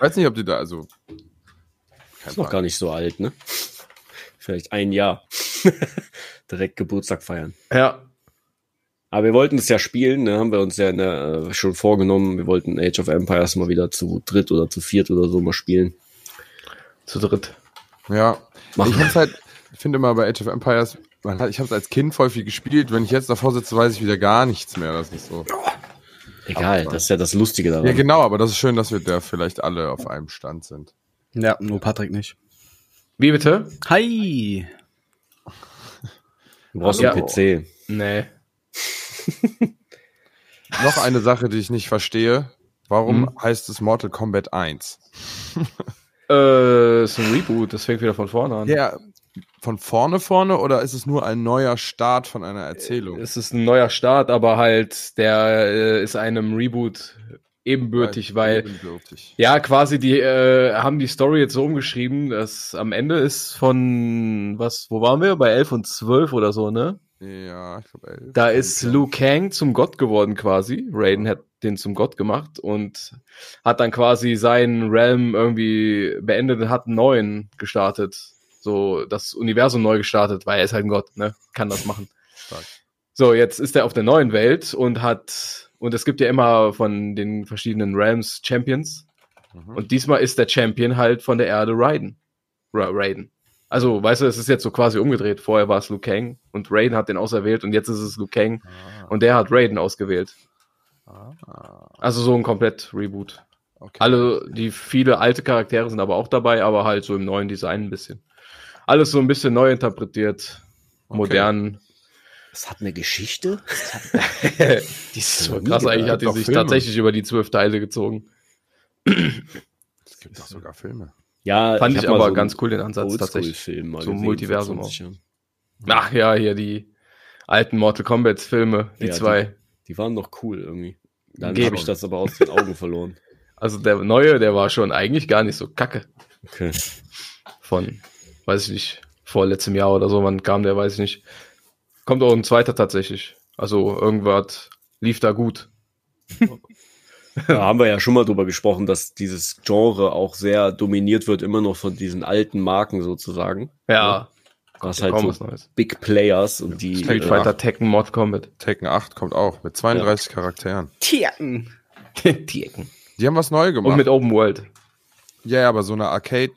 C: Weiß nicht, ob die da, also. Kein
D: Ist noch gar nicht so alt, ne? Vielleicht ein Jahr. Direkt Geburtstag feiern.
B: Ja.
D: Aber wir wollten es ja spielen, ne? haben wir uns ja in der, äh, schon vorgenommen. Wir wollten Age of Empires mal wieder zu dritt oder zu viert oder so mal spielen.
B: Zu dritt.
C: Ja.
D: Machen.
C: Ich hab's halt, ich finde immer bei Age of Empires, man hat, ich habe es als Kind voll viel gespielt. Wenn ich jetzt davor sitze, weiß ich wieder gar nichts mehr. Das ist so.
D: Egal, das ist ja das Lustige daran.
C: Ja, genau, aber das ist schön, dass wir da vielleicht alle auf einem Stand sind.
E: Ja, nur Patrick nicht.
B: Wie bitte?
E: Hi!
D: Du brauchst
B: Ja.
D: einen PC.
B: Nee.
C: Noch eine Sache, die ich nicht verstehe. Warum
D: Mhm.
C: heißt es Mortal Kombat 1?
B: Äh, ist ein Reboot, das fängt wieder von vorne an.
C: Ja, von vorne vorne oder ist es nur ein neuer Start von einer Erzählung?
B: Es Äh, ist ein neuer Start, aber halt, der äh, ist einem Reboot ebenbürtig, weil
C: Ebenbürtig.
B: Ja, quasi, die äh, haben die Story jetzt so umgeschrieben, dass am Ende ist von, was, wo waren wir? Bei 11 und 12 oder so, ne?
C: Ja, ich glaube,
B: Da ist Liu Kang zum Gott geworden quasi. Raiden hat den zum Gott gemacht und hat dann quasi seinen Realm irgendwie beendet und hat einen neuen gestartet. So das Universum neu gestartet, weil er ist halt ein Gott, ne? Kann das machen.
C: Stark.
B: So, jetzt ist er auf der neuen Welt und hat, und es gibt ja immer von den verschiedenen Realms Champions.
C: Mhm.
B: Und diesmal ist der Champion halt von der Erde Raiden. Ra Raiden. Also, weißt du, es ist jetzt so quasi umgedreht. Vorher war es Liu Kang und Raiden hat den auserwählt und jetzt ist es Liu Kang und der hat Raiden ausgewählt.
C: Ah,
B: Also so ein komplett Reboot.
C: okay.
B: Alle, die viele alte Charaktere sind aber auch dabei, aber halt so im neuen Design ein bisschen. Alles so ein bisschen neu interpretiert,
C: Okay.
B: modern.
D: Das hat eine Geschichte?
B: die ist so krass, eigentlich hat die
C: Doch,
B: sich
C: Filme.
B: tatsächlich über die zwölf Teile gezogen.
C: Es gibt doch sogar Filme.
D: Ja,
B: Fand ich,
D: Äh, hab mal
B: aber
D: so
B: ganz
D: einen
B: cool den Ansatz tatsächlich.
D: Oldschool-Film mal
B: So ein
D: gesehen,
B: Multiversum
D: vor
B: auch.
D: 20 Jahren.
B: Ach ja, hier die alten Mortal Kombat Filme, die
D: Ja, die-
B: zwei.
D: Die waren doch cool irgendwie. Dann
B: Geh
D: habe ich
B: doch.
D: das aber aus den Augen verloren.
B: Also der neue, der war schon eigentlich gar nicht so kacke.
D: Okay.
B: Von, weiß ich nicht, vor letztem Jahr oder so, wann kam der, weiß ich nicht. Kommt auch ein zweiter tatsächlich. Also irgendwas lief da gut.
D: Da haben wir ja schon mal drüber gesprochen, dass dieses Genre auch sehr dominiert wird, immer noch von diesen alten Marken sozusagen.
B: Ja,
D: Was
B: kaum
D: halt
B: Ne? was
D: so
B: Neues.
D: Big Players und die.
B: Street
D: äh,
B: Fighter, Tekken, Mortal Kombat.
C: Tekken 8 kommt auch mit 32 Charakteren.
E: Tierken!
B: Die Ecken.
C: Die haben was neu gemacht.
B: Und mit Open World.
C: ja, ja, aber so eine Arcade,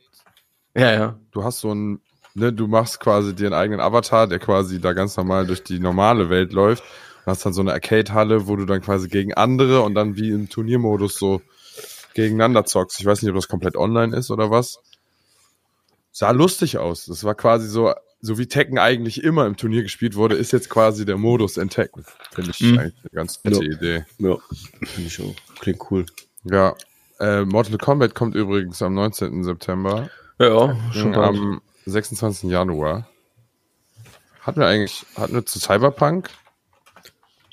B: Ja, ja.
C: du hast so ein, ne, du machst quasi dir einen eigenen Avatar, der quasi da ganz normal durch die normale Welt läuft. Und hast dann so eine Arcade-Halle, wo du dann quasi gegen andere und dann wie im Turniermodus so gegeneinander zockst. Ich weiß nicht, ob das komplett online ist oder was. Sah lustig aus. Das war quasi so, so wie Tekken eigentlich immer im Turnier gespielt wurde, ist jetzt quasi der Modus in Tekken. Finde ich
B: Mhm.
C: eigentlich eine ganz nette
D: Ja.
C: Idee.
D: Ja, finde ich auch. Klingt cool.
C: Ja. Äh, Mortal Kombat kommt übrigens am 19. September.
B: Ja, Ähm, schon bald.
C: Am 26. Januar. Hatten wir eigentlich, hatten wir zu Cyberpunk?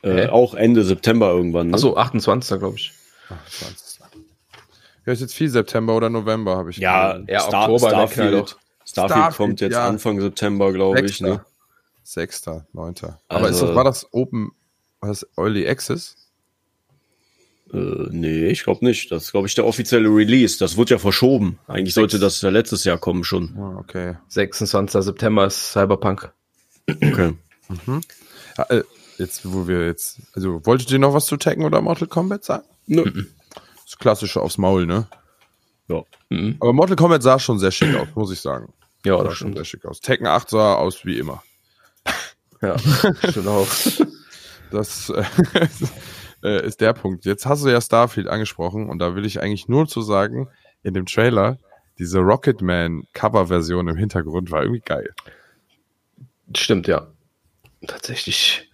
D: Äh, auch Ende September irgendwann. Ne?
B: Achso, 28. glaube ich.
C: Ach, 20. Ja, ist jetzt viel September oder November, habe ich.
D: ja,
B: Ja,
D: Star
B: Oktober, der
D: Starfield.
B: Knall doch.
D: Starfield,
C: Starfield,
D: kommt jetzt
C: ja.
D: Anfang September, glaube ich. Ne?
C: 6. 9. Aber ist
D: Also-
C: das, war das Open, war das Early Access?
D: Äh, nee, ich glaube nicht. Das ist, glaube ich, der offizielle Release. Das wird ja verschoben. Eigentlich sollte das ja letztes Jahr kommen schon.
C: Ah, okay.
B: 26. September ist Cyberpunk.
D: Okay.
C: Ja, äh, jetzt, wo wir jetzt, also wolltet ihr noch was zu Tekken oder Mortal Kombat sagen?
D: Nö.
C: Das klassische aufs Maul, ne?
D: Ja.
B: Mhm.
C: Aber Mortal Kombat sah schon sehr schick aus, muss ich sagen.
B: Ja,
C: Sah
B: das
C: schon sehr
B: stimmt.
C: schick aus. Tekken 8 sah aus wie immer.
B: Ja, stimmt auch.
C: Das äh, äh, ist der Punkt. Jetzt hast du ja Starfield angesprochen und da will ich eigentlich nur zu sagen, in dem Trailer, diese Rocketman-Cover-Version im Hintergrund war irgendwie geil.
B: Stimmt, ja. Tatsächlich.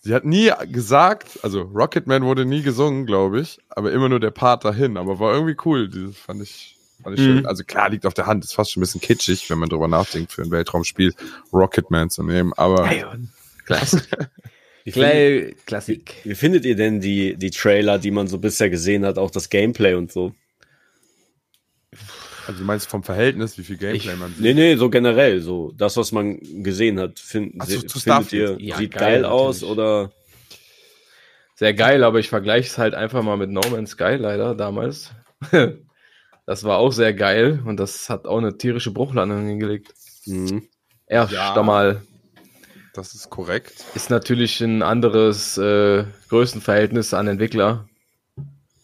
C: Sie hat nie gesagt, also Rocketman wurde nie gesungen, glaube ich, aber immer nur der Part dahin. Aber war irgendwie cool. Dieses fand ich, fand ich schön. Also klar, liegt auf der Hand. Ist fast schon ein bisschen kitschig, wenn man drüber nachdenkt, für ein Weltraumspiel Rocketman zu nehmen. Aber
B: Klasse.
D: Wie, findet,
B: Clay- Klassik.
D: wie findet ihr denn die, die Trailer, die man so bisher gesehen hat, auch das Gameplay und so?
C: also du meinst vom Verhältnis, wie viel Gameplay man sieht.
D: Nee, nee, so generell. So das, was man gesehen hat, find,
C: Ach so,
D: se-
C: zu
D: findet ihr,
C: Starfield.
B: Ja,
D: sieht geil,
B: geil,
D: aus
B: natürlich.
D: oder
B: Sehr geil, aber ich vergleiche es halt einfach mal mit No Man's Sky leider damals. Das war auch sehr geil und das hat auch eine tierische Bruchlandung hingelegt.
D: Mhm.
B: Erst mal
C: Das ist korrekt.
B: ist natürlich ein anderes äh, Größenverhältnis an Entwickler.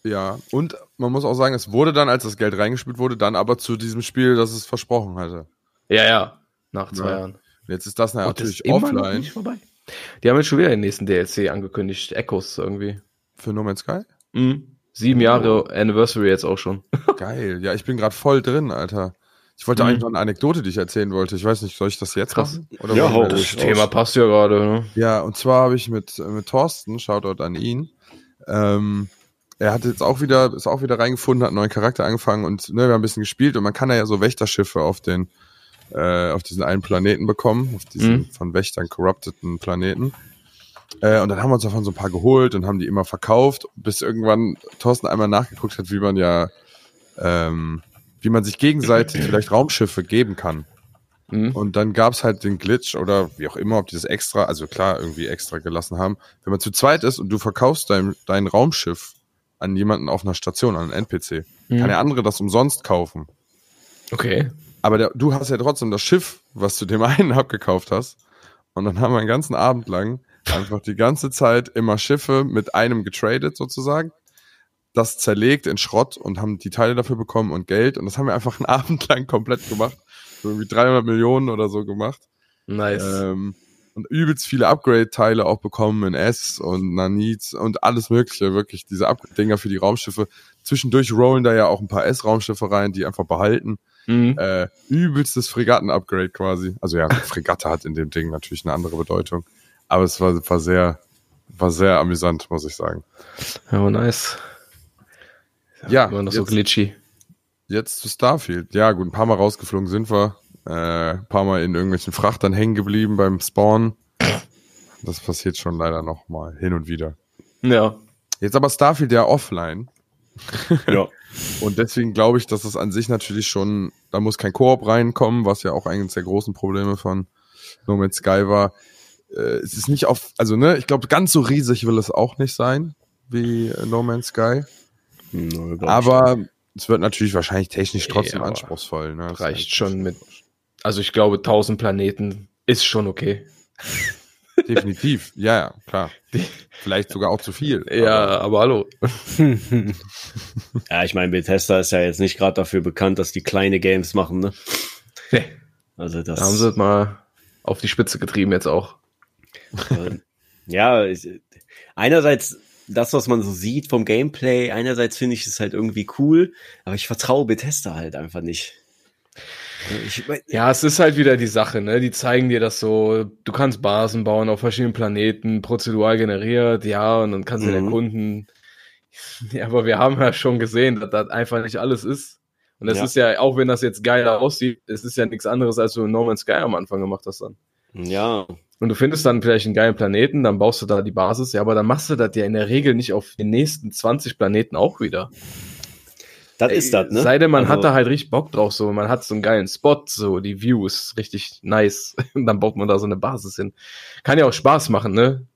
C: Ja. Und man muss auch sagen, es wurde dann, als das Geld reingespielt wurde, dann aber zu diesem Spiel, das es versprochen hatte.
B: Ja, ja, nach zwei
C: Ja.
B: Jahren.
C: Und jetzt ist das
B: Und
C: natürlich
B: das ist immer noch
C: offline
B: nicht vorbei. Die haben jetzt schon wieder den nächsten DLC angekündigt, Echoes irgendwie.
C: für No Man's Sky.
B: Sieben
C: Oh.
B: Jahre Anniversary jetzt auch schon.
C: Geil. Ja, ich bin gerade voll drin, Alter. Ich wollte
B: Mhm.
C: eigentlich noch eine Anekdote, die ich erzählen wollte. Ich weiß nicht, soll ich das jetzt
B: Krass.
C: machen? Oder
D: Ja,
C: wollen wir
D: hau
C: das-
D: ruhig.
B: Das Thema passt ja gerade. Ne?
C: ja, und zwar habe ich mit, äh, mit Thorsten, Shoutout an ihn, ähm, er hat jetzt auch wieder, ist auch wieder reingefunden, hat einen neuen Charakter angefangen und ne, wir haben ein bisschen gespielt und man kann da ja so Wächterschiffe auf den, äh, auf diesen einen Planeten bekommen, auf diesen
B: Mhm.
C: von Wächtern corrupteten Planeten. Äh, und dann haben wir uns davon so ein paar geholt und haben die immer verkauft, bis irgendwann Thorsten einmal nachgeguckt hat, wie man ja, ähm, wie man sich gegenseitig vielleicht Raumschiffe geben kann.
B: Mhm.
C: Und dann gab's halt den Glitch oder wie auch immer, ob die das extra, also klar, irgendwie extra gelassen haben. Wenn man zu zweit ist und du verkaufst dein, dein Raumschiff an jemanden auf einer Station, an einen NPC,
B: Mhm.
C: kann der andere das umsonst kaufen.
B: Hm? Okay.
C: Aber der, du hast ja trotzdem das Schiff, was du dem einen abgekauft hast. Und dann haben wir den ganzen Abend lang einfach die ganze Zeit immer Schiffe mit einem getradet sozusagen. Das zerlegt in Schrott und haben die Teile dafür bekommen und Geld. Und das haben wir einfach einen Abend lang komplett gemacht. So irgendwie 300 Millionen oder so gemacht.
B: Nice.
C: Ähm, und übelst viele Upgrade-Teile auch bekommen in S und Nanit und alles Mögliche, wirklich diese Upgrade-Dinger für die Raumschiffe. Zwischendurch rollen da ja auch ein paar S-Raumschiffe rein, die einfach behalten.
B: Mhm.
C: Äh, übelstes Fregatten-Upgrade quasi. Also ja, Fregatte hat in dem Ding natürlich eine andere Bedeutung. Aber es war, war sehr, war sehr amüsant, muss ich sagen.
B: Ja, nice.
C: Ja,
B: Immer noch so
C: jetzt,
B: glitchy.
C: jetzt zu Starfield. Ja, gut, ein paar Mal rausgeflogen sind wir. Äh, ein paar Mal in irgendwelchen Frachtern hängen geblieben beim Spawn. Das passiert schon leider noch mal hin und wieder.
B: Ja.
C: Jetzt aber Starfield ja offline.
D: ja.
C: Und deswegen glaube ich, dass es an sich natürlich schon, da muss kein Koop reinkommen, was ja auch eines der großen Probleme von No Man's Sky war. Äh, es ist nicht auf, also ne, ich glaube, ganz so riesig will es auch nicht sein wie äh, No Man's Sky.
D: Nö, glaub ich
C: Aber es wird natürlich wahrscheinlich technisch trotzdem
B: Ja, aber
C: anspruchsvoll. Ne? Das
B: Reicht
C: heißt,
B: schon mit. Also ich glaube, 1000 Planeten ist schon okay.
C: Definitiv, ja, ja, klar. Vielleicht sogar auch zu viel. aber-
B: Ja, aber hallo.
D: Ja, ich meine, Bethesda ist ja jetzt nicht gerade dafür bekannt, dass die kleine Games machen, ne?
B: Nee,
D: Also das.
B: da haben sie es mal auf die Spitze getrieben jetzt auch.
D: äh, ja, ich, einerseits das, was man so sieht vom Gameplay, einerseits finde ich es halt irgendwie cool, aber ich vertraue Bethesda halt einfach nicht. Ich, mein,
B: Ja, es ist halt wieder die Sache, ne? Die zeigen dir das so, du kannst Basen bauen auf verschiedenen Planeten, prozedural generiert, ja, und dann kannst du
D: Mhm.
B: den erkunden. Ja, aber wir haben ja schon gesehen, dass das einfach nicht alles ist. Und das
D: Ja.
B: ist ja, auch wenn das jetzt geiler aussieht, es ist ja nichts anderes, als du in No Man's Sky am Anfang gemacht hast dann.
D: Ja,
B: Und du findest dann vielleicht einen geilen Planeten, dann baust du da die Basis, ja, aber dann machst du das ja in der Regel nicht auf den nächsten 20 Planeten auch wieder.
D: das ist das, ne?
B: Sei denn, man hat
D: Also-
B: da halt richtig Bock drauf, so, man hat so einen geilen Spot, so, die View ist richtig nice. Und dann baut man da so eine Basis hin. Kann ja auch Spaß machen, ne?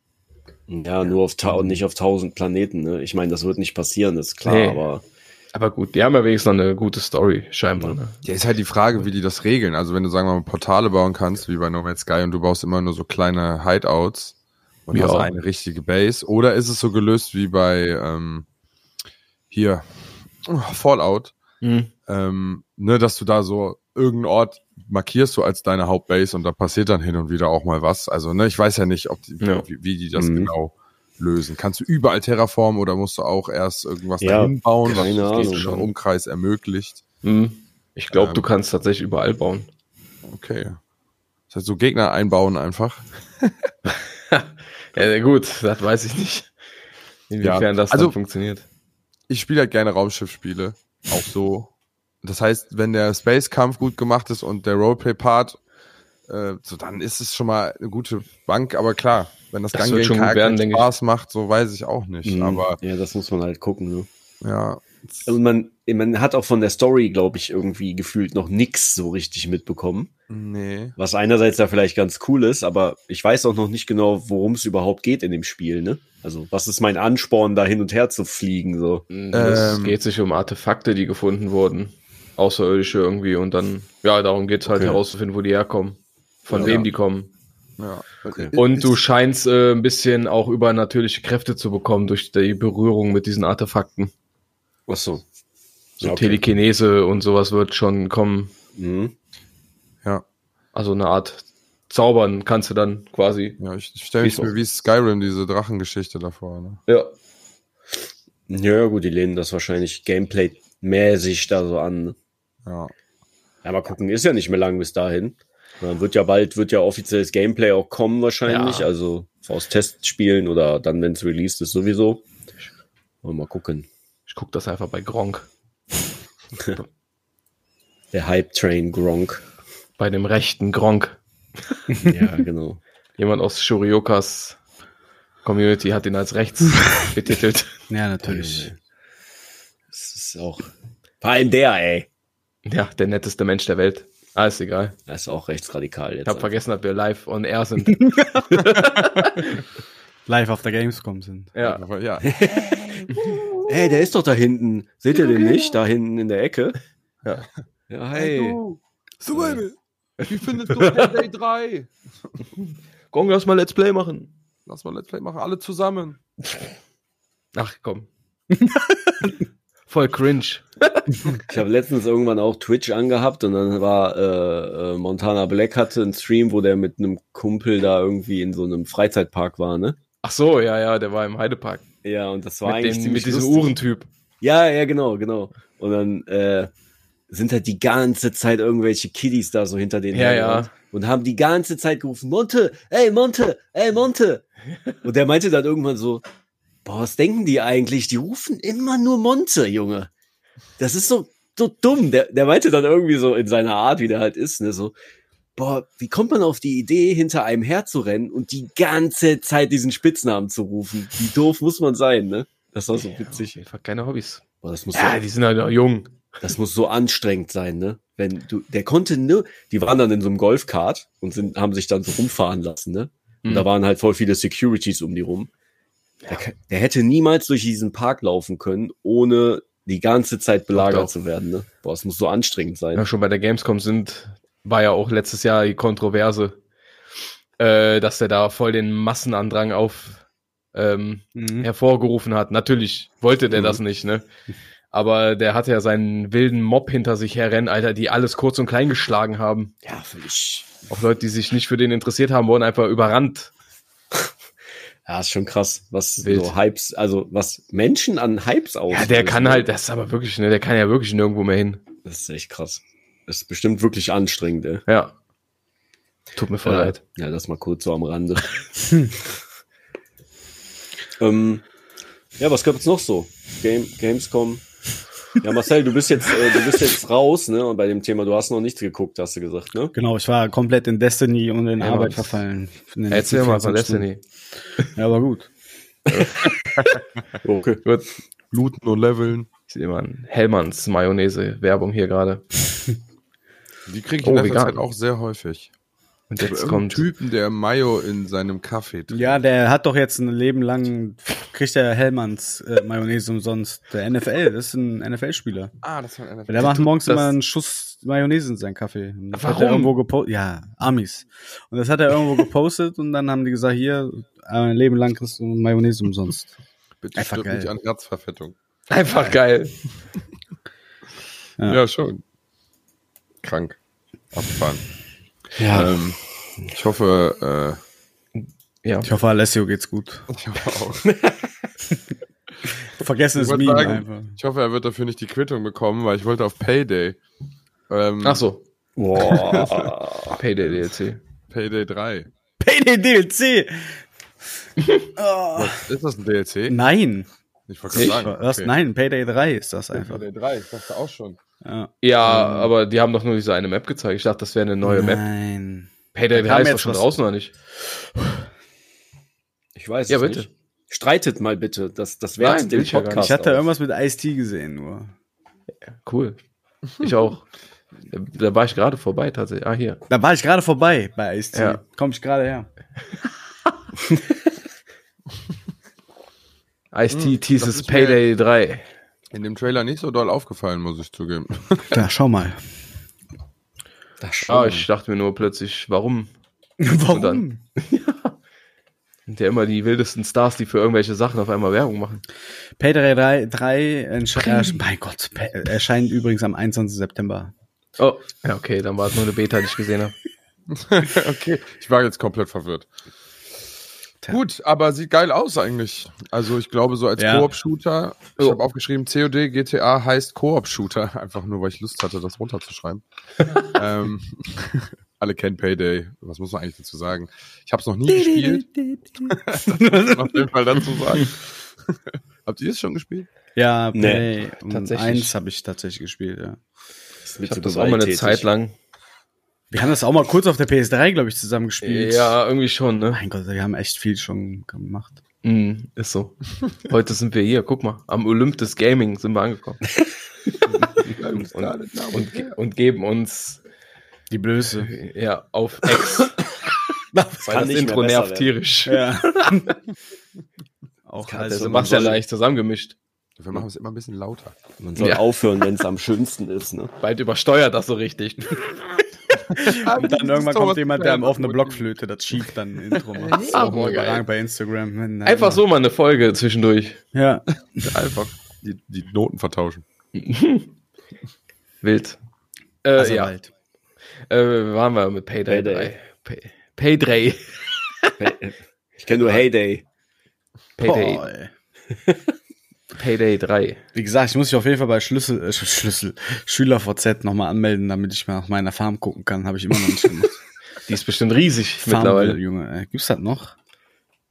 D: Ja, nur auf
B: Mhm.
D: ta- und nicht auf tausend Planeten, ne? Ich meine, das wird nicht passieren, ist klar,
B: Nee.
D: aber
B: Aber gut, die haben ja wenigstens noch eine gute Story, scheinbar. Ne?
C: Ja, ist halt die Frage, wie die das regeln. Also wenn du, sagen wir mal, Portale bauen kannst, wie bei No Man's Sky, und du baust immer nur so kleine Hideouts und
B: Ja.
C: hast eine richtige Base. Oder ist es so gelöst wie bei ähm, hier oh, Fallout, ähm, ne, dass du da so irgendeinen Ort markierst so als deine Hauptbase und da passiert dann hin und wieder auch mal was. Also ne, ich weiß ja nicht, ob die,
B: Ja.
C: wie, wie die das
D: Mhm.
C: genau lösen. Kannst du überall Terraformen oder musst du auch erst irgendwas
D: Ja,
C: dahin bauen, was
D: keine Ahnung.
C: schon im Umkreis ermöglicht?
B: Hm. Ich glaube,
C: Ähm.
B: du kannst tatsächlich überall bauen.
C: Okay. Das heißt, so Gegner einbauen einfach.
B: Ja, gut, das weiß ich nicht. Inwiefern
C: Ja,
B: das
C: also-
B: dann funktioniert.
C: Ich spiele halt gerne Raumschiffspiele. Auch so. Das heißt, wenn der Space-Kampf gut gemacht ist und der Roleplay-Part, äh, so dann ist es schon mal eine gute Bank. Aber klar, wenn das,
B: Das
C: Ganggame
B: wird schon gut
C: Charakter
B: werden, denke ich.
C: Spaß macht, so weiß ich auch nicht.
B: Mhm.
D: mh,
C: Aber
D: ja, das muss man halt gucken, ne?
C: ja,
D: Also man, man hat auch von der Story, glaube ich, irgendwie gefühlt noch nix so richtig mitbekommen.
C: nee.
D: Was einerseits da vielleicht ganz cool ist, aber ich weiß auch noch nicht genau, worum es überhaupt geht in dem Spiel, ne? Also, was ist mein Ansporn, da hin und her zu fliegen, so?
B: Es
C: Ähm.
B: Mhm, geht sich um Artefakte, die gefunden wurden. Außerirdische irgendwie. Und dann, ja, darum geht's halt
D: Okay.
B: herauszufinden, wo die herkommen. Von
C: Ja.
B: wem die kommen.
C: Ja.
D: Okay.
B: Und du
C: Ist-
B: scheinst äh, ein bisschen auch übernatürliche Kräfte zu bekommen durch die Berührung mit diesen Artefakten.
D: Ach so.
B: So Telekinese und sowas wird schon kommen.
D: Mhm.
C: ja,
B: Also eine Art Zaubern kannst du dann quasi.
C: ja, ich stelle mich
B: Ist auch-
C: mir wie Skyrim diese Drachengeschichte davor. Ne?
B: Ja.
D: Ja, gut, die lehnen das wahrscheinlich Gameplay-mäßig da so an. ne?
C: Ja.
D: Ja, mal gucken, ist ja nicht mehr lang bis dahin. Dann wird ja bald, wird ja offizielles Gameplay auch kommen wahrscheinlich,
B: Ja.
D: also aus Testspielen oder dann, wenn es released ist, sowieso. Und mal gucken.
B: Ich guck das einfach bei Gronk.
D: Der Hype-Train Gronk.
B: Bei dem rechten Gronk.
D: Ja, genau.
B: Jemand aus Shuriokas Community hat ihn als rechts betitelt.
E: Ja,
B: Äh,
E: natürlich.
D: Das ist auch. Vor allem der, ey.
B: Ja, der netteste Mensch der Welt. Ah, ist egal.
D: Das ist auch rechtsradikal jetzt.
B: Ich habe vergessen, dass wir live on air sind.
E: Live auf der Gamescom sind.
B: ja.
C: Aber ja.
D: Ey, der ist doch da hinten. Seht ihr den nicht? Da hinten in der Ecke.
C: Ja.
D: Ja, hey.
C: Survival, wie findest du Payday 3?
B: Gong, lass mal Let's Play machen.
C: Lass mal Let's Play machen, alle zusammen.
B: Ach komm. Voll cringe.
D: Ich habe letztens irgendwann auch Twitch angehabt und dann war äh, äh, Montana Black hatte einen Stream, wo der mit einem Kumpel da irgendwie in so einem Freizeitpark war, ne?
B: Ach so, ja, ja, der war im Heidepark.
D: Ja, und das war
B: Mit,
D: eigentlich
B: dem,
D: ziemlich
B: mit diesem
D: lustig.
B: Uhrentyp.
D: Ja, ja, genau, genau. Und dann äh, sind halt die ganze Zeit irgendwelche Kiddies da so hinter denen
B: Ja,
D: hergerannt
B: ja.
D: und haben die ganze Zeit gerufen, Monte, ey Monte, ey Monte. Und der meinte dann irgendwann so, boah, was denken die eigentlich? Die rufen immer nur Monte, Junge. Das ist so, so dumm. Der, der meinte dann irgendwie so in seiner Art, wie der halt ist, ne, so, boah, wie kommt man auf die Idee, hinter einem herzurennen und die ganze Zeit diesen Spitznamen zu rufen? Wie doof muss man sein, ne? Das war so witzig.
B: Ja, einfach keine Hobbys.
D: Boah, das muss so
B: Ja, die sind halt noch jung.
D: das muss so anstrengend sein, ne? Wenn du, der konnte nur, die waren dann in so einem Golfkart und sind, haben sich dann so rumfahren lassen, ne? Und
B: Mhm.
D: da waren halt voll viele Securities um die rum. Der, ka- der hätte niemals durch diesen Park laufen können, ohne die ganze Zeit belagert
B: Doch, doch.
D: zu werden, ne? Boah, es muss so anstrengend sein.
B: Ja, schon bei der Gamescom sind, war ja auch letztes Jahr die Kontroverse, äh, dass der da voll den Massenandrang auf ähm,
E: Mhm.
B: hervorgerufen hat. Natürlich wollte der das nicht, ne? Aber der hatte ja seinen wilden Mob hinter sich herrennen, Alter, die alles kurz und klein geschlagen haben.
D: Ja, völlig.
B: Auch Leute, die sich nicht für den interessiert haben, wurden einfach überrannt.
D: Ja, ist schon krass, was
B: Wild.
D: so Hypes, also was Menschen an Hypes auslösen.
B: Ja, der kann
D: ne?
B: halt, das ist aber wirklich, ne, der kann ja wirklich nirgendwo mehr hin.
D: Das ist echt krass. Das ist bestimmt wirklich anstrengend, ey.
B: Ja. Tut mir voll
D: Ja.
B: leid.
D: Ja, das mal kurz so am Rande. ähm, ja, was gab's noch so? Game, Gamescom. Ja, Marcel, du bist jetzt, äh, du bist jetzt raus, ne? Und bei dem Thema, du hast noch nichts geguckt, hast du gesagt, ne?
E: Genau, ich war komplett in Destiny und in
B: Ja,
E: Arbeit
B: Mann.
E: verfallen. In den
B: Erzähl
E: letzten
B: mal von
E: 24 Stunden.
B: Destiny.
E: Ja, aber gut.
D: Okay.
B: Gut.
C: Looten und Leveln.
B: Ich sehe mal einen Hellmanns Mayonnaise-Werbung hier gerade.
C: Die kriege ich
B: Oh,
C: in letzter
B: vegan.
C: Zeit auch sehr häufig.
B: Und
C: Bei
B: jetzt
C: irgendeinem
B: kommt
C: Typen, der Mayo in seinem Kaffee trinkt.
E: Ja, der hat doch jetzt ein Leben lang, kriegt der Hellmanns äh, Mayonnaise umsonst. Der NFL, das ist ein NFL-Spieler.
C: Ah, das war einer.
E: Der macht morgens
B: Das-
E: immer einen Schuss Mayonnaise in seinen Kaffee. Und das Hat er
B: Warum?
E: irgendwo gepostet. Ja, Amis. Und das hat er irgendwo gepostet und dann haben die gesagt, hier, ein Leben lang kriegst du Mayonnaise umsonst.
C: Bitte
E: Einfach
C: stirb
E: geil.
C: nicht an Herzverfettung.
B: einfach geil.
E: Ja.
C: Ja, schon. Krank. Abgefahren.
D: Ja.
C: Ähm, ich hoffe,
B: Ja.
E: Ich hoffe, Alessio geht's gut.
C: äh, ich hoffe auch.
E: Vergessen
C: Ich
E: ist
C: wollte
E: Meme
C: sagen-
E: einfach.
C: Ich hoffe, er wird dafür nicht die Quittung bekommen, weil ich wollte auf Payday. Ähm,
B: Ach so,
D: Boah.
B: Payday DLC.
C: Payday 3.
E: Payday DLC!
C: Was, ist das ein DLC?
E: Nein.
C: Ich wollte gerade
B: Ah,
C: sagen.
E: Was?
C: okay.
E: Nein, Payday 3 ist das einfach.
C: Payday 3, ich dachte auch schon.
E: Ja.
B: Ja,
E: Ähm.
B: aber die haben doch nur diese eine Map gezeigt. Ich dachte, das wäre eine neue Map.
E: Nein.
B: Payday
E: Da
B: 3
E: kam
B: ist doch
E: jetzt
B: schon
E: was-
B: draußen, oder nicht?
D: Ich weiß
B: Ja,
D: es
B: bitte.
D: nicht. Streitet mal bitte. Das, das
B: Nein,
D: wertet
B: will
D: den
B: ich ja gar
D: Podcast.
B: nicht.
E: Ich hatte
D: aus.
E: irgendwas mit Ice-T gesehen nur.
B: Cool. Ich auch. Da- Da war ich gerade vorbei tatsächlich. Ah, hier.
E: Da war ich gerade vorbei bei Ice-T.
B: Ja.
E: Komm ich gerade her.
B: Ice-T
C: Hm, das
B: teases
C: ist mir-
B: Payday 3.
C: In dem Trailer nicht so doll aufgefallen, muss ich zugeben.
E: Da, schau mal.
D: Da schon.
B: Ah, ich dachte mir nur plötzlich, warum
E: Warum?
B: dann- sind ja immer die wildesten Stars, die für irgendwelche Sachen auf einmal Werbung machen.
E: Payday 3, 3 entsche- ersch- mein Gott, Pay- erscheint übrigens am 21. September.
B: Oh, ja, okay, dann war es nur eine Beta, die ich gesehen habe.
C: okay, ich war jetzt komplett verwirrt.
E: Tja.
C: Gut, aber sieht geil aus eigentlich. Also ich glaube so als
E: Ja.
C: Koop-Shooter, ich
B: Jo.
C: habe aufgeschrieben, COD GTA heißt Koop-Shooter, einfach nur, weil ich Lust hatte, das runterzuschreiben. ähm, alle kennen Payday, was muss man eigentlich dazu sagen? Ich habe es noch nie gespielt, muss man auf jeden Fall dazu sagen. Habt ihr es schon gespielt?
E: Ja,
D: Nee,
E: Payday um
B: tatsächlich.
E: 1 habe ich tatsächlich gespielt. Ja.
D: Das
B: Ich
D: wird
B: habe
D: so
B: das auch mal eine
D: gewalttätig.
B: Zeit lang.
E: Wir haben das auch mal kurz auf der PS3, glaube ich, zusammen gespielt.
B: Ja, irgendwie schon, ne?
E: Mein Gott, wir haben echt viel schon gemacht.
B: Mm, ist so. Heute sind wir hier, guck mal, am Olymp des Gaming sind wir angekommen. und, und, ge- und geben uns
E: Die Blöße.
B: ja, auf Ex.
D: Das
B: Weil
D: kann
B: das
D: nicht
B: Intro
D: mehr besser
B: nervt
D: werden.
B: tierisch.
E: Ja. auch
D: kann
B: Der
E: also,
D: man
B: Sebastian
D: soll-
B: leicht zusammengemischt.
C: Wir machen es immer ein bisschen lauter.
D: Man soll
B: Ja.
D: aufhören, wenn es am schönsten ist. Ne?
B: Bald übersteuert das so richtig.
E: und dann irgendwann kommt jemand, der am offenen
C: Block
E: Blockflöte das schiebt, dann ein Intro macht.
B: Ah,
E: Auch
B: boah, geil.
E: überragend bei Instagram. Na,
B: Einfach so mal eine Folge zwischendurch.
E: Ja.
C: Einfach die, die Noten vertauschen.
B: Wild. Äh,
E: Also
B: ja,
E: halt.
B: äh, waren wir mit Payday.
D: Payday.
B: Payday. Pay, Payday.
D: Ich kenne nur Heyday.
B: Payday.
E: Boah, ey.
B: Payday 3.
E: Wie gesagt, ich muss mich auf jeden Fall bei Schlüssel, äh, Schlüssel, SchülerVZ nochmal anmelden, damit ich mal nach meiner Farm gucken kann. Habe ich immer noch nicht gemacht.
B: Die ist bestimmt riesig
E: Farmville,
B: mittlerweile.
E: Junge. Äh, Gibt's das noch?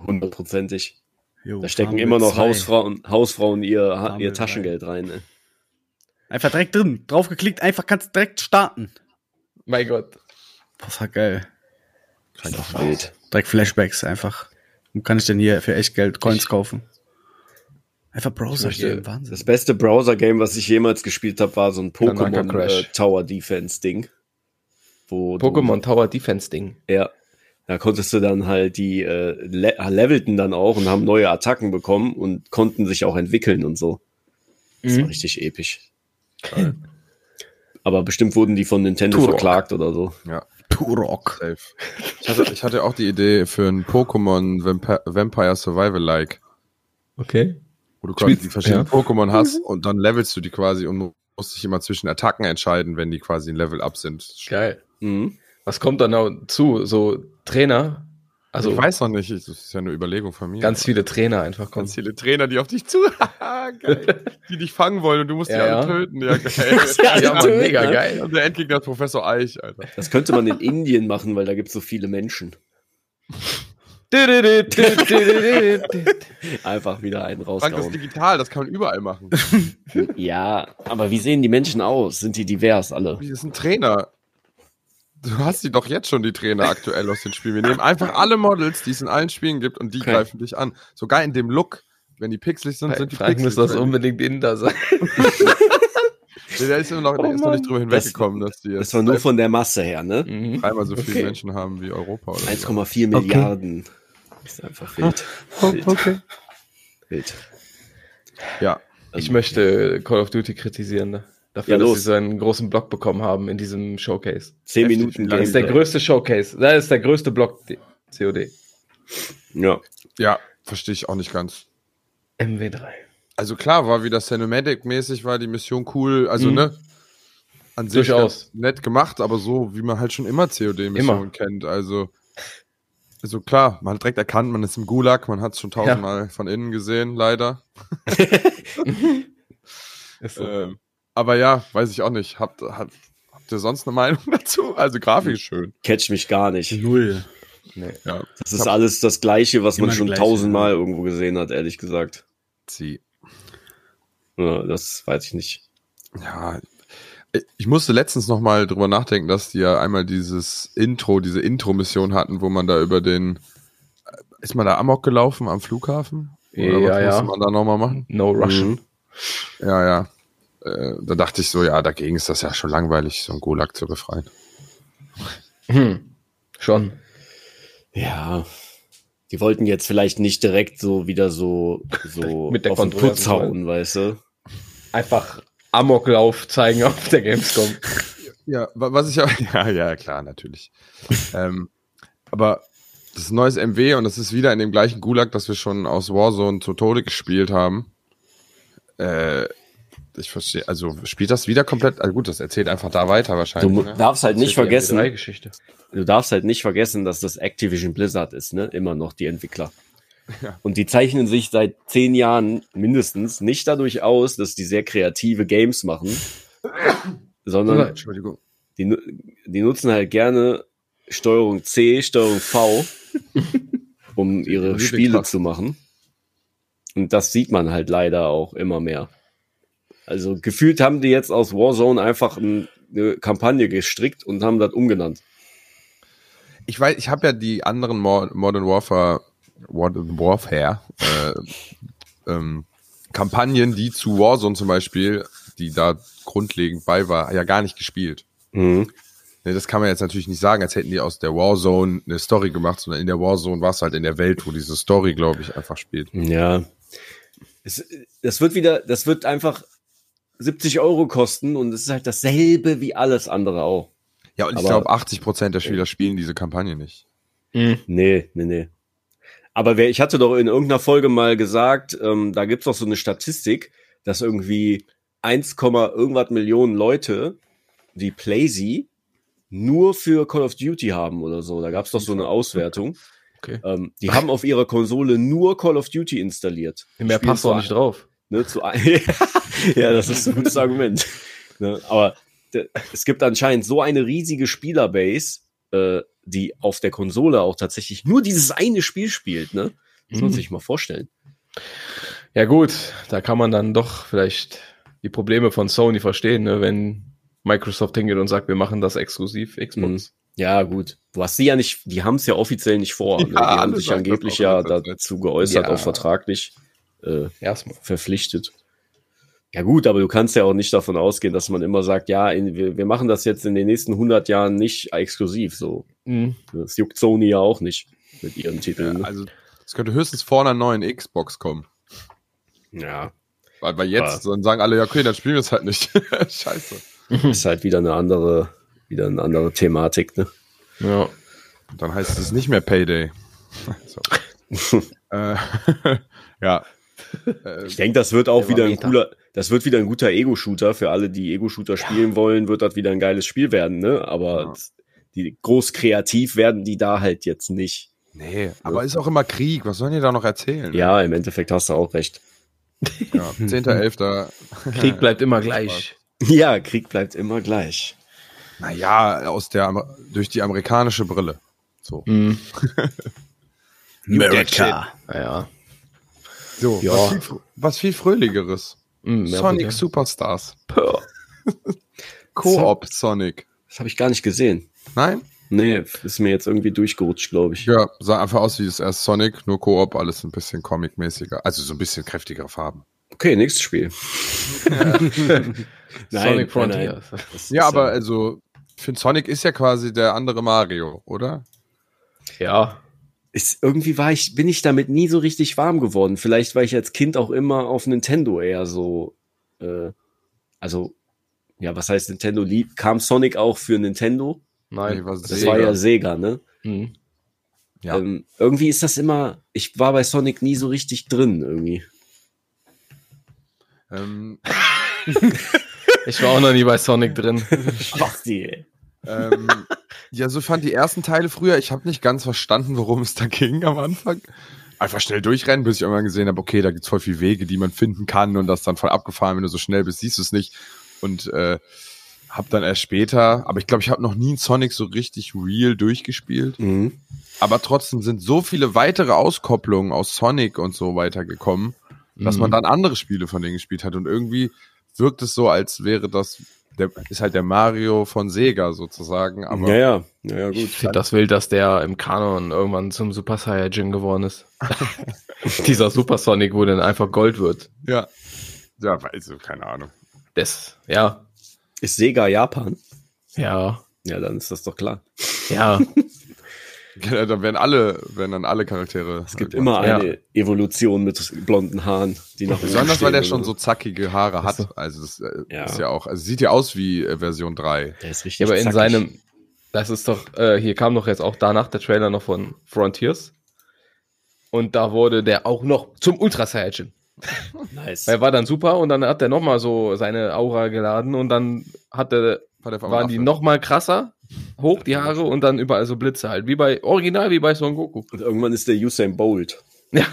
D: Hundertprozentig.
E: Jo,
D: Da stecken
E: Farmville
D: immer noch
E: 2.
D: Hausfrauen, Hausfrauen ihr,
E: Farmville
D: ihr Taschengeld rein. Ne?
E: Einfach direkt drin. Draufgeklickt, einfach kannst direkt starten.
B: Mein Gott.
E: Was war geil.
D: Kann doch wild.
E: Direkt Flashbacks einfach. Und kann ich denn hier für echt Geld Coins kaufen? Einfach Browser
B: möchte-
E: hier. Wahnsinn.
D: Das beste Browser-Game, was ich jemals gespielt habe, war so ein
B: Tanaka
D: Pokémon äh,
B: Crash.
D: Tower Defense-Ding. Wo du-
B: Pokémon Tower Defense Ding.
D: Ja. Da konntest du dann halt die äh, le levelten dann auch und haben neue Attacken bekommen und konnten sich auch entwickeln und so. Das war
B: Mhm.
D: richtig episch. Aber bestimmt wurden die von Nintendo
B: Turok.
D: verklagt oder so.
E: Turok.
C: Safe. Ich hatte, ich hatte auch die Idee für ein Pokémon Vampi- Vampire Survival-like,
B: Okay.
C: wo du Mhm. quasi
B: Spielst-
C: die verschiedenen
B: ja.
C: Pokémon hast und dann levelst du die quasi und musst dich immer zwischen Attacken entscheiden, wenn die quasi ein Level up sind.
B: Geil.
D: Mhm.
B: Was kommt da noch zu? So Trainer? Also
C: ich weiß noch nicht, ich- das ist ja eine Überlegung von mir.
B: ganz viele Trainer einfach kommen.
C: Ganz viele Trainer, die auf dich zu, Haha, geil. die dich fangen wollen und du musst die
B: Ja,
C: alle
B: ja.
C: töten. Ja, geil.
B: Ja, Mann,
D: Töten,
B: mega
D: ne?
B: geil.
C: Und der Endgegner ist Professor Eich, Alter.
D: Das könnte man in Indien machen, weil da gibt es so viele Menschen. Einfach wieder einen
C: Frank, das ist
D: raushauen.
C: digital, das kann man überall machen. Das
D: Ja, aber wie sehen die Menschen aus? Sind die divers alle?
C: ist ein Trainer. Du hast die doch jetzt schon, die Trainer aktuell aus den Spielen. Wir nehmen einfach alle Models, die es in allen Spielen gibt, und die
B: Okay.
C: greifen dich an. Sogar in dem Look, wenn die pixelig sind, sind die
B: Frank muss
C: pixelig.
B: das um- unbedingt Inder sein.
C: Nee, Der ist, immer noch, der ist noch nicht drüber hinweggekommen, dass die
D: Das
C: jetzt
D: war nur von der Masse her, ne?
B: Mhm.
C: dreimal so viele
B: Okay. Also-
C: Menschen haben wie Europa. Oder so.
D: 1,4 Milliarden. Ist einfach wild.
B: Ah, Okay.
D: wild.
C: Ja,
B: Ich möchte Call of Duty kritisieren ne? dafür,
D: Ja,
B: dass
D: los.
B: sie so einen großen Block bekommen haben in diesem Showcase.
D: 10 Minuten
B: Das ist der
D: Gameplay.
B: größte Showcase. Das ist der größte Block die- COD.
D: Ja.
C: ja verstehe ich auch nicht ganz.
B: MW3.
C: Also klar, war wieder Cinematic-mäßig, war die Mission cool. Also,
B: Mhm.
C: ne? An sich
B: Durchaus.
C: ganz nett gemacht, aber so, wie man halt schon immer COD-Missionen
B: Immer.
C: kennt. Also, also klar, man hat direkt erkannt, man ist im Gulag, man hat es schon tausendmal von innen gesehen, leider.
B: Ist so.
C: Ähm, aber ja, weiß ich auch nicht. Habt, habt, habt ihr sonst eine Meinung dazu? Also, Grafik ist schön.
D: Catch mich gar nicht.
E: Null.
C: Ja,
D: Das ist alles das Gleiche, was man
E: Immer
D: schon
E: gleich,
D: tausendmal irgendwo gesehen hat, ehrlich gesagt.
C: sie.
D: Ja, das weiß ich nicht.
C: Ja, ich musste letztens noch mal drüber nachdenken, dass die ja einmal dieses Intro, diese Intro-Mission hatten, wo man da über den äh, ist man da amok gelaufen am Flughafen?
B: Ja,
C: was
B: ja.
C: musste man da nochmal machen?
B: No Russian.
C: Ja, ja. Äh, da dachte ich so, ja, dagegen ist das ja schon langweilig, so einen Gulag zu befreien.
B: Hm. Schon.
D: Ja. Die wollten jetzt vielleicht nicht direkt so wieder so, so
B: Mit der
D: auf den
B: Kontroverse
D: Putz hauen, weißt du?
B: Einfach Amoklauf zeigen auf der Gamescom.
C: Ja, wa- was ich auch, ja, ja, klar, natürlich. ähm, aber das ist ein neues MW und das ist wieder in dem gleichen Gulag, das wir schon aus Warzone zu Tode gespielt haben. Äh, ich verstehe, also spielt das wieder komplett, also gut, das erzählt einfach da weiter wahrscheinlich.
D: Du
C: ne?
D: darfst halt nicht vergessen,
B: Geschichte.
D: du darfst halt nicht vergessen, dass das Activision Blizzard ist, ne? Immer noch die Entwickler.
C: Ja.
D: Und die zeichnen sich seit zehn Jahren mindestens nicht dadurch aus, dass die sehr kreative Games machen, sondern
C: Entschuldigung.
D: die, nu- die nutzen halt gerne Steuerung C, Steuerung V, um ihre
C: Lieblingstaste.
D: Spiele zu machen. Und das sieht man halt leider auch immer mehr. Also gefühlt haben die jetzt aus Warzone einfach ein, eine Kampagne gestrickt und haben das umgenannt.
C: Ich weiß, ich habe ja die anderen Mo- Modern Warfare, Modern Warfare äh, ähm, Kampagnen, die zu Warzone zum Beispiel, die da grundlegend bei war, ja gar nicht gespielt. Ne, das kann man jetzt natürlich nicht sagen, als hätten die aus der Warzone eine Story gemacht, sondern in der Warzone war es halt in der Welt, wo diese Story, glaube ich, einfach spielt.
D: Ja. Es, das wird wieder, das wird einfach 70 Euro kosten und es ist halt dasselbe wie alles andere auch.
C: Ja, und ich
D: Aber-
C: glaube, 80 Prozent der Spieler spielen diese Kampagne nicht.
B: Hm.
D: Nee, nee, nee. Aber wer, ich hatte doch in irgendeiner Folge mal gesagt, ähm, da gibt's doch so eine Statistik, dass irgendwie 1, Komma irgendwas Millionen Leute die Playsy nur für Call of Duty haben oder so. Da gab's doch so eine Auswertung.
B: Okay.
D: Ähm, die haben auf ihrer Konsole nur Call of Duty installiert.
B: Mehr
D: Spielen
B: passt auch
D: zwar-
B: nicht drauf.
D: Ne, zu ein- ja, das ist ein gutes Argument. Ne, aber d- es gibt anscheinend so eine riesige Spielerbase, äh, die auf der Konsole auch tatsächlich nur dieses eine Spiel spielt. Ne? Das muss
B: Mhm.
D: man sich mal vorstellen.
B: Ja gut, da kann man dann doch vielleicht die Probleme von Sony verstehen, ne? wenn Microsoft hingeht und sagt, wir machen das exklusiv Xbox.
D: Ja, gut. Du hast sie ja nicht, die haben es ja offiziell nicht vor. ne? Die
C: Ja,
D: haben
C: alle
D: sich
C: sagen das
D: angeblich
C: auch
D: ja
C: in letzter Zeit.
D: dazu geäußert,
B: Ja.
D: auch vertraglich äh,
B: Erstmal.
D: verpflichtet. Ja gut, aber du kannst ja auch nicht davon ausgehen, dass man immer sagt, ja, in, wir, wir machen das jetzt in den nächsten 100 Jahren nicht exklusiv. So,
B: Mhm.
D: Das juckt Sony ja auch nicht mit ihren Titeln. ne?
C: Also, es könnte höchstens vor einer neuen Xbox kommen. also,
D: Ja,
C: Weil, weil jetzt dann sagen alle, ja, okay, dann spielen wir es halt nicht. Scheiße.
D: ist halt wieder eine andere, wieder eine andere Thematik. Ne?
B: Ja.
C: Und dann heißt es nicht mehr Payday. so. äh, ja. Äh,
D: Ich denke, das wird auch
B: Der
D: wieder ein
B: Barometer.
D: cooler, das wird wieder ein guter Ego-Shooter für alle, die Ego-Shooter spielen wollen, wird das wieder ein geiles Spiel werden. Ne? Aber
C: Ja.
D: die groß kreativ werden die da halt jetzt nicht.
C: nee, aber ist auch immer Krieg. Was sollen die da noch erzählen?
D: Ja, im Endeffekt hast du auch recht.
C: ja. 10.11.
B: Krieg bleibt immer gleich.
D: Ja, Krieg bleibt immer gleich.
C: Naja, aus der, Amer- durch die amerikanische Brille. So.
B: Mhm.
E: America.
C: Ah,
B: Naja.
C: So,
B: Ja.
C: was, viel, fr- was viel Fröhlicheres.
B: Mm, ja,
C: Sonic
B: bitte.
C: Superstars. Co-op Sonic.
D: Das habe ich gar nicht gesehen.
C: Nein?
D: Nee, ist mir jetzt irgendwie durchgerutscht, glaube ich.
C: Ja, sah einfach aus wie das erste Sonic, nur Koop, alles ein bisschen comic-mäßiger. Also so ein bisschen kräftigere Farben.
D: Okay, nächstes Spiel.
B: Sonic Frontier.
D: Das
C: Ja,
D: ist
C: aber also, ich finde, Sonic ist ja quasi der andere Mario, oder?
B: Ja.
D: Ist, irgendwie war ich, bin ich damit nie so richtig warm geworden. Vielleicht war ich als Kind auch immer auf Nintendo eher so. Äh, also, ja, was heißt Nintendo lieb? Kam Sonic auch für Nintendo?
B: Nein.
C: Nee, was-
D: Das
C: Sega.
D: war ja Sega, ne?
B: Mhm.
C: Ja.
D: Ähm, irgendwie ist das immer. Ich war bei Sonic nie so richtig drin, irgendwie.
C: Ähm,
B: Ich war auch noch nie bei Sonic drin.
D: Spasti, ey.
C: ähm, ja, so fand die ersten Teile früher. Ich habe nicht ganz verstanden, worum es da ging am Anfang. Einfach schnell durchrennen, bis ich irgendwann gesehen habe, okay, da gibt's voll viele Wege, die man finden kann und das ist dann voll abgefahren, wenn du so schnell bist, siehst du es nicht. Und äh, hab dann erst später, aber ich glaube, ich habe noch nie einen Sonic so richtig real durchgespielt.
D: Mhm.
C: Aber trotzdem sind so viele weitere Auskopplungen aus Sonic und so weitergekommen, dass
B: Hm.
D: Mhm.
C: man dann andere Spiele von denen gespielt hat. Und irgendwie wirkt es so, als wäre das, der, ist halt der Mario von Sega sozusagen. Aber
D: Ja, ja, ja, ja,
B: Ich
D: gut.
B: finde das wild, dass der im Kanon irgendwann zum Super Saiyajin geworden ist. Dieser Super Sonic, wo dann einfach Gold wird.
C: ja. Ja, also, keine Ahnung.
B: Das, ja.
D: Ist Sega Japan?
B: Ja.
D: Ja, dann ist das doch klar.
B: Ja.
C: Ja, dann werden alle, werden dann alle Charaktere. äh,
D: Es gibt immer
B: Ja.
D: eine Evolution mit blonden Haaren, die nach oben
C: Besonders, weil
D: stehen
C: der
D: oder
C: schon so zackige Haare hat. Also, das äh,
D: ne? Ja.
C: ist ja auch, also sieht ja aus wie äh, Version 3.
D: Der ist richtig
B: ja aber in
D: zackig.
B: seinem, das ist doch, äh, hier kam doch jetzt auch danach der Trailer noch von Frontiers. Und da wurde der auch noch zum Ultra Saiyajin.
D: Nice.
B: Er war dann super und dann hat er nochmal so seine Aura geladen und dann hatte,
C: War der auf einmal
B: waren die
C: Affe.
B: nochmal krasser, hoch die Haare und dann überall so Blitze halt. Wie bei, original wie bei Son Goku.
D: Und irgendwann ist der Usain Bolt.
B: Ja.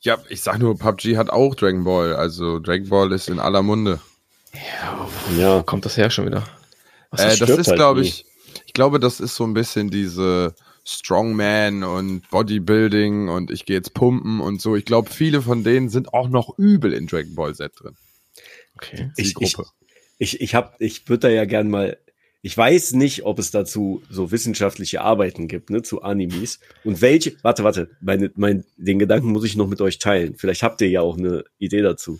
C: Ja, ich sag nur, PUBG hat auch Dragon Ball. Also, Dragon Ball ist in aller Munde.
D: Ja.
B: Kommt das her schon wieder?
D: das
C: äh, das
D: stirbt
C: ist,
D: halt
C: glaube
D: nie.
C: ich, ich glaube, das ist so ein bisschen diese Strongman und Bodybuilding und ich gehe jetzt pumpen und so. Ich glaube, viele von denen sind auch noch übel in Dragon Ball Z drin.
B: Okay.
D: Ich, ich,
C: Zielgruppe.
D: ich, ich, hab- ich würde da ja gern mal. Ich weiß nicht, ob es dazu so wissenschaftliche Arbeiten gibt, ne, zu Animes. Und welche. Warte, warte. Meine, mein, den Gedanken muss ich noch mit euch teilen. Vielleicht habt ihr ja auch eine Idee dazu.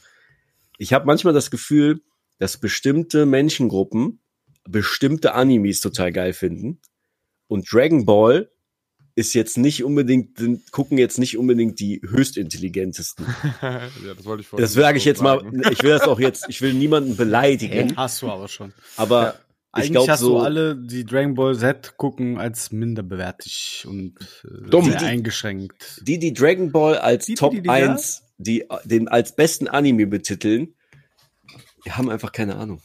D: Ich habe manchmal das Gefühl, dass bestimmte Menschengruppen bestimmte Animes total geil finden. Und Dragon Ball ist jetzt nicht unbedingt, gucken jetzt nicht unbedingt die höchstintelligentesten.
C: ja, das wollte ich vorhin
D: Das sage ich
C: so
D: jetzt mal,
C: sagen.
D: ich will das auch jetzt, ich will niemanden beleidigen,
E: Hast du aber schon.
D: aber ich
E: Eigentlich
D: glaube
E: hast du
D: so,
E: alle, die Dragon Ball Z gucken, als minderbewertig und äh,
B: Dumm.
E: sehr
D: Die-
E: eingeschränkt.
D: die, die Dragon Ball als
E: Die, die,
D: Top
E: die, die, ja?
D: 1, die äh, den als besten Anime betiteln, die haben einfach keine Ahnung.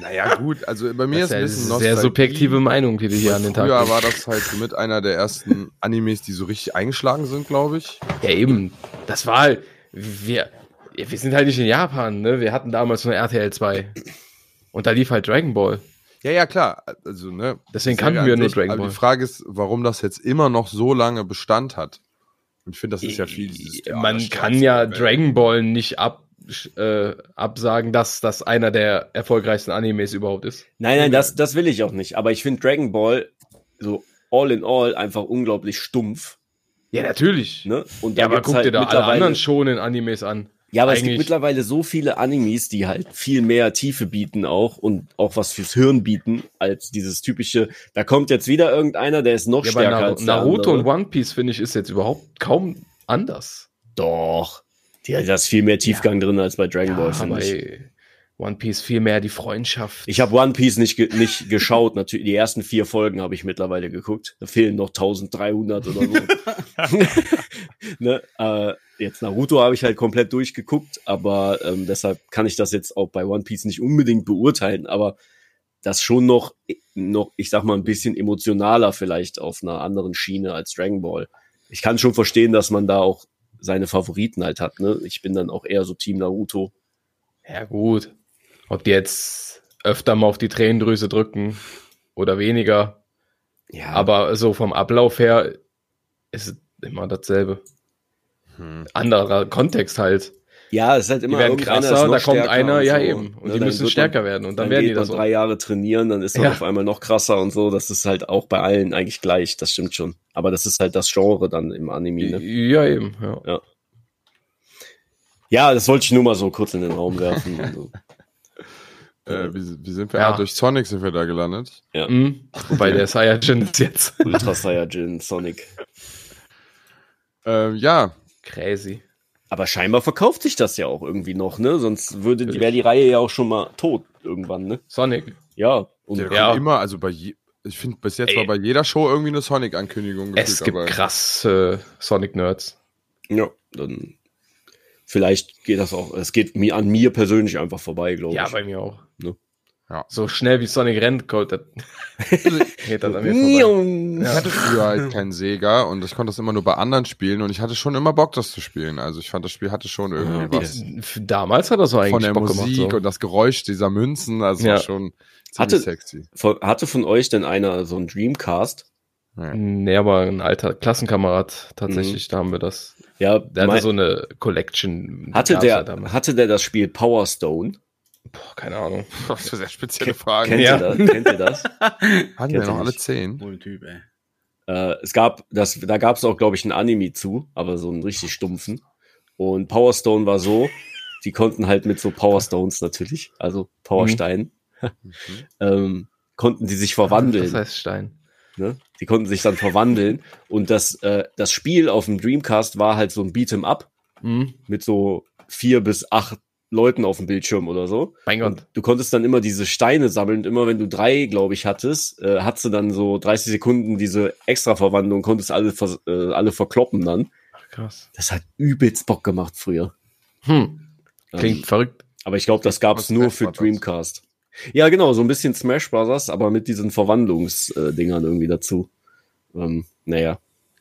C: Naja, gut, also bei mir
B: Das
C: ist ein
B: ist
C: bisschen
B: eine sehr
C: Nostalgie.
B: subjektive Meinung, die du hier an den Tag
C: Früher
B: legst.
C: war das halt so mit einer der ersten Animes, die so richtig eingeschlagen sind, glaube ich.
B: Ja, eben. Das war halt. Wir, ja, wir sind halt nicht in Japan, ne? Wir hatten damals nur RTL 2. Und da lief halt Dragon Ball.
C: Ja, ja, klar. Also, ne,
B: Deswegen
C: Serie
B: kannten
C: an
B: wir nur
C: sich.
B: Dragon
C: Aber
B: Ball.
C: die Frage ist, warum das jetzt immer noch so lange Bestand hat. Und ich finde, das ist ja viel. dieses
B: Ja,
C: Theater-
B: Man kann ja
C: Welt.
B: Dragon Ball nicht ab, äh, absagen, dass das einer der erfolgreichsten Animes überhaupt ist.
D: Nein, nein, das, das will ich auch nicht, aber ich finde Dragon Ball so all in all einfach unglaublich stumpf,
B: Ja, natürlich.
D: ne? Und
B: Ja, aber
D: gibt's
B: guck
D: halt
B: dir da alle
D: mittlerweile-
B: anderen schonen Animes an.
D: Ja, aber es gibt
B: Eigentlich-
D: mittlerweile so viele Animes, die halt viel mehr Tiefe bieten auch und auch was fürs Hirn bieten, als dieses typische, da kommt jetzt wieder irgendeiner, der ist noch
B: Ja, bei
D: stärker
B: Naru
D: als der
B: Naruto
D: andere.
B: und One Piece, finde ich, ist jetzt überhaupt kaum anders.
D: Doch. Die hat das viel mehr Tiefgang drin als bei Dragon Ball,
B: Ja,
D: finde ich.
B: bei One Piece viel mehr die Freundschaft.
D: Ich habe One Piece nicht, ge nicht geschaut, natürlich. Die ersten vier Folgen habe ich mittlerweile geguckt. Da fehlen noch 1300 oder so. ne? äh, jetzt Naruto habe ich halt komplett durchgeguckt, aber ähm, deshalb kann ich das jetzt auch bei One Piece nicht unbedingt beurteilen, aber das schon noch, noch, ich sag mal, ein bisschen emotionaler vielleicht auf einer anderen Schiene als Dragon Ball. Ich kann schon verstehen, dass man da auch seine Favoriten halt hat. Ne? Ich bin dann auch eher so Team Naruto.
B: Ja, gut. Ob die jetzt öfter mal auf die Tränendrüse drücken oder weniger.
D: Ja,
B: Aber so vom Ablauf her ist immer dasselbe.
C: Hm.
B: Anderer Kontext halt.
D: Ja, es ist halt immer
B: Die werden
D: irgendeiner ist
B: krasser,
D: noch
B: da kommt
D: stärker
B: einer,
D: und
B: ja
D: so.
B: eben. Und
D: Ne,
B: die
D: dann
B: müssen
D: wird
B: stärker
D: man,
B: werden und dann,
D: Dann,
B: werden die
D: geht man
B: das
D: drei
B: auch.
D: Jahre trainieren, dann ist man
B: Ja.
D: auf einmal noch krasser und so. Das ist halt auch bei allen eigentlich gleich, das stimmt schon. Aber das ist halt das Genre dann im Anime. Ne?
B: Ja, eben. Ja.
D: Ja, das wollte ich nur mal so kurz in den Raum werfen. Also,
C: Äh, wie, wie sind wir?
B: Ja.
C: Ah, durch Sonic sind wir da gelandet.
B: Mhm. Wobei der Saiyajin ist jetzt
D: Ultra Saiyajin, Sonic.
C: Ähm, ja,
B: crazy.
D: Aber scheinbar verkauft sich das ja auch irgendwie noch, ne? Sonst würde, die- wäre die Reihe ja auch schon mal tot irgendwann, ne?
B: Sonic.
D: Ja. Und
C: der
B: Ja.
C: kommt immer, also bei je, ich finde, bis jetzt
B: Ey.
C: war bei jeder Show irgendwie eine Sonic-Ankündigung.
B: Es
C: gefühlt
B: gibt
C: dabei.
B: krasse Sonic-Nerds.
D: ja, dann vielleicht geht das auch. Es geht mir an mir persönlich einfach vorbei, glaube ich.
B: Ja, bei mir auch.
D: Ne?
C: Ja.
B: So schnell wie Sonic rennt, kommt das- geht das an mir vorbei.
D: Miau.
C: Ich hatte früher halt keinen Sega und ich konnte das immer nur bei anderen spielen und ich hatte schon immer Bock, das zu spielen. Also ich fand, das Spiel hatte schon irgendwie was.
B: F- Damals hat er so eigentlich
C: Von der
B: Bock
C: Musik
B: gemacht. So.
C: und das Geräusch dieser Münzen, also
B: Ja.
C: war schon ziemlich
D: Hatte-
C: sexy.
D: Von, hatte von euch denn einer so einen Dreamcast?
B: Nee, aber ein alter Klassenkamerad
D: Mhm.
B: tatsächlich, da haben wir das.
D: Ja,
B: Der hatte
D: mein,
B: so eine Collection. die
D: hatte,
B: gab's ja
D: der,
B: damals.
D: hatte der das Spiel Power Stone?
B: Boah, keine Ahnung.
C: Das ist eine sehr spezielle
D: Kennt,
C: Frage.
B: Ja.
D: ihr, das, kennt ihr das?
C: Hatten wir
D: Kennt
C: noch
D: ihr
C: alle
D: nicht.
C: zehn?
E: Wohl ein Typ, ey.
D: Äh, es gab, das, da gab es auch, glaube ich, einen Anime zu, aber so einen richtig stumpfen. Und Power Stone war so, die konnten halt mit so Power Stones natürlich, also
B: Mhm.
D: Powersteinen,
C: Mhm.
D: ähm, konnten die sich verwandeln.
B: Das heißt Stein.
D: Ne? Die konnten sich dann verwandeln. Und das, äh, das Spiel auf dem Dreamcast war halt so ein Beat'em Up
B: Mhm.
D: mit so vier bis acht Leuten auf dem Bildschirm oder so.
B: Mein Gott.
D: Du konntest dann immer diese Steine sammeln. Und Immer wenn du drei, glaube ich, hattest, äh, hattest du dann so 30 Sekunden diese Extraverwandlung, konntest alle, vers- äh, alle verkloppen dann.
B: Krass.
D: Das hat übelst Bock gemacht früher.
B: Hm. Klingt
D: Ähm,
B: verrückt.
D: aber ich glaube, das gab es
C: Smash
D: nur für
C: Brothers.
D: Dreamcast. Ja, genau, so ein bisschen Smash Brothers, aber mit diesen Verwandlungsdingern irgendwie dazu. Ähm, naja,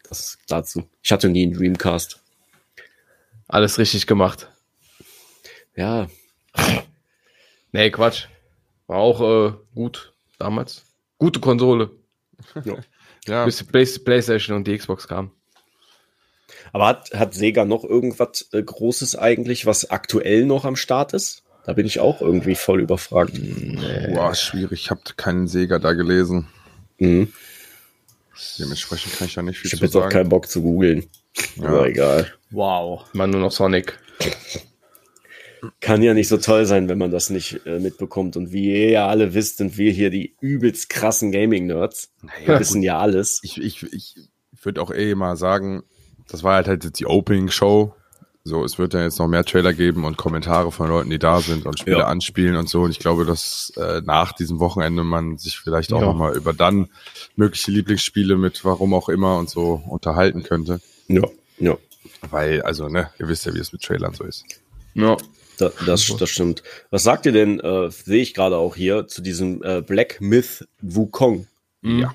D: das dazu. Ich hatte nie einen Dreamcast.
B: Alles richtig gemacht.
D: Ja,
B: Nee, Quatsch. War auch äh, gut damals. Gute Konsole.
C: Ja.
B: Bis die Play PlayStation und die Xbox kamen.
D: aber hat, hat Sega noch irgendwas äh, Großes eigentlich, was aktuell noch am Start ist? Da bin ich auch irgendwie voll überfragt.
C: Hm, Boah, schwierig. Ich habe keinen Sega da gelesen.
D: Mhm.
C: Dementsprechend kann ich da nicht viel
D: Ich habe
C: zu
D: jetzt auch
C: sagen.
D: keinen Bock zu googeln.
C: Ja.
D: Aber egal.
E: Wow.
B: Immer nur noch Sonic.
D: Kann ja nicht so toll sein, wenn man das nicht äh, mitbekommt. Und wie ihr ja alle wisst, sind wir hier die übelst krassen Gaming-Nerds. Wir wissen ja alles.
C: Ich, ich, ich würde auch eh mal sagen, das war halt, halt jetzt die Opening-Show. So, es wird dann jetzt noch mehr Trailer geben und Kommentare von Leuten, die da sind und Spiele
D: Ja.
C: anspielen und so. Und ich glaube, dass äh, nach diesem Wochenende man sich vielleicht auch
B: Ja.
C: noch nochmal über dann mögliche Lieblingsspiele mit warum auch immer und so unterhalten könnte.
D: Ja, ja,
C: Weil, also, ne, ihr wisst ja, wie es mit Trailern so ist.
B: Ja.
D: da, das, das stimmt. Was sagt ihr denn, äh, sehe ich gerade auch hier, zu diesem äh, Black Myth Wukong?
B: ja.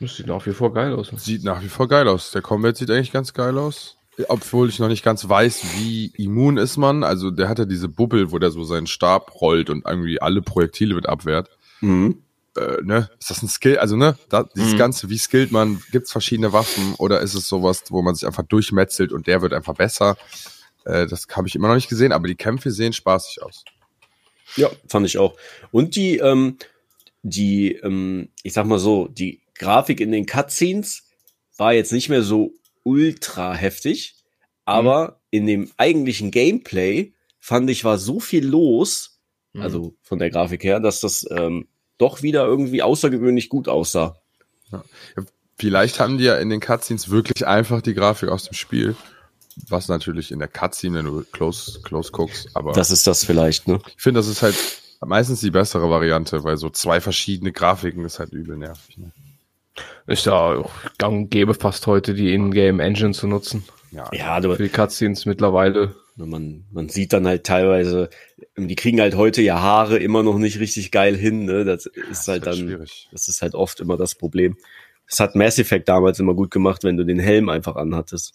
B: Das sieht nach wie vor geil aus.
C: Sieht nach wie vor geil aus. Der Combat sieht eigentlich ganz geil aus. Obwohl ich noch nicht ganz weiß, wie immun ist man. Also der hat ja diese Bubbel, wo der so seinen Stab rollt und irgendwie alle Projektile mit abwehrt.
D: Mhm.
C: Äh, ne? Ist das ein Skill? Also ne, da, dieses Ganze, wie skillt man? Gibt's verschiedene Waffen oder ist es sowas, wo man sich einfach durchmetzelt und der wird einfach besser? Äh, das habe ich immer noch nicht gesehen, aber die Kämpfe sehen spaßig aus.
D: Ja, fand ich auch. Und die, ähm, die, ähm, ich sag mal so, die Grafik in den Cutscenes war jetzt nicht mehr so ultra heftig, aber in dem eigentlichen Gameplay fand ich, war so viel los,
B: Mhm.
D: also von der Grafik her, dass das ähm, doch wieder irgendwie außergewöhnlich gut aussah.
C: Vielleicht haben die ja in den Cutscenes wirklich einfach die Grafik aus dem Spiel. Was natürlich in der Cutscene, wenn du close, close guckst, aber.
D: Das ist das vielleicht, ne?
C: Ich finde, das ist halt meistens die bessere Variante, weil so zwei verschiedene Grafiken ist halt übel nervig. Ne?
B: Ist ja auch gang und gäbe fast heute, die Ingame-Engine zu nutzen.
C: Ja.
D: Ja, aber
B: Für die Cutscenes mittlerweile.
D: Man, man sieht dann halt teilweise, die kriegen halt heute ja Haare immer noch nicht richtig geil hin. Ne? Das ist halt
C: wird
D: dann,
C: schwierig.
D: das ist halt oft immer das Problem. Das hat Mass Effect damals immer gut gemacht, wenn du den Helm einfach anhattest.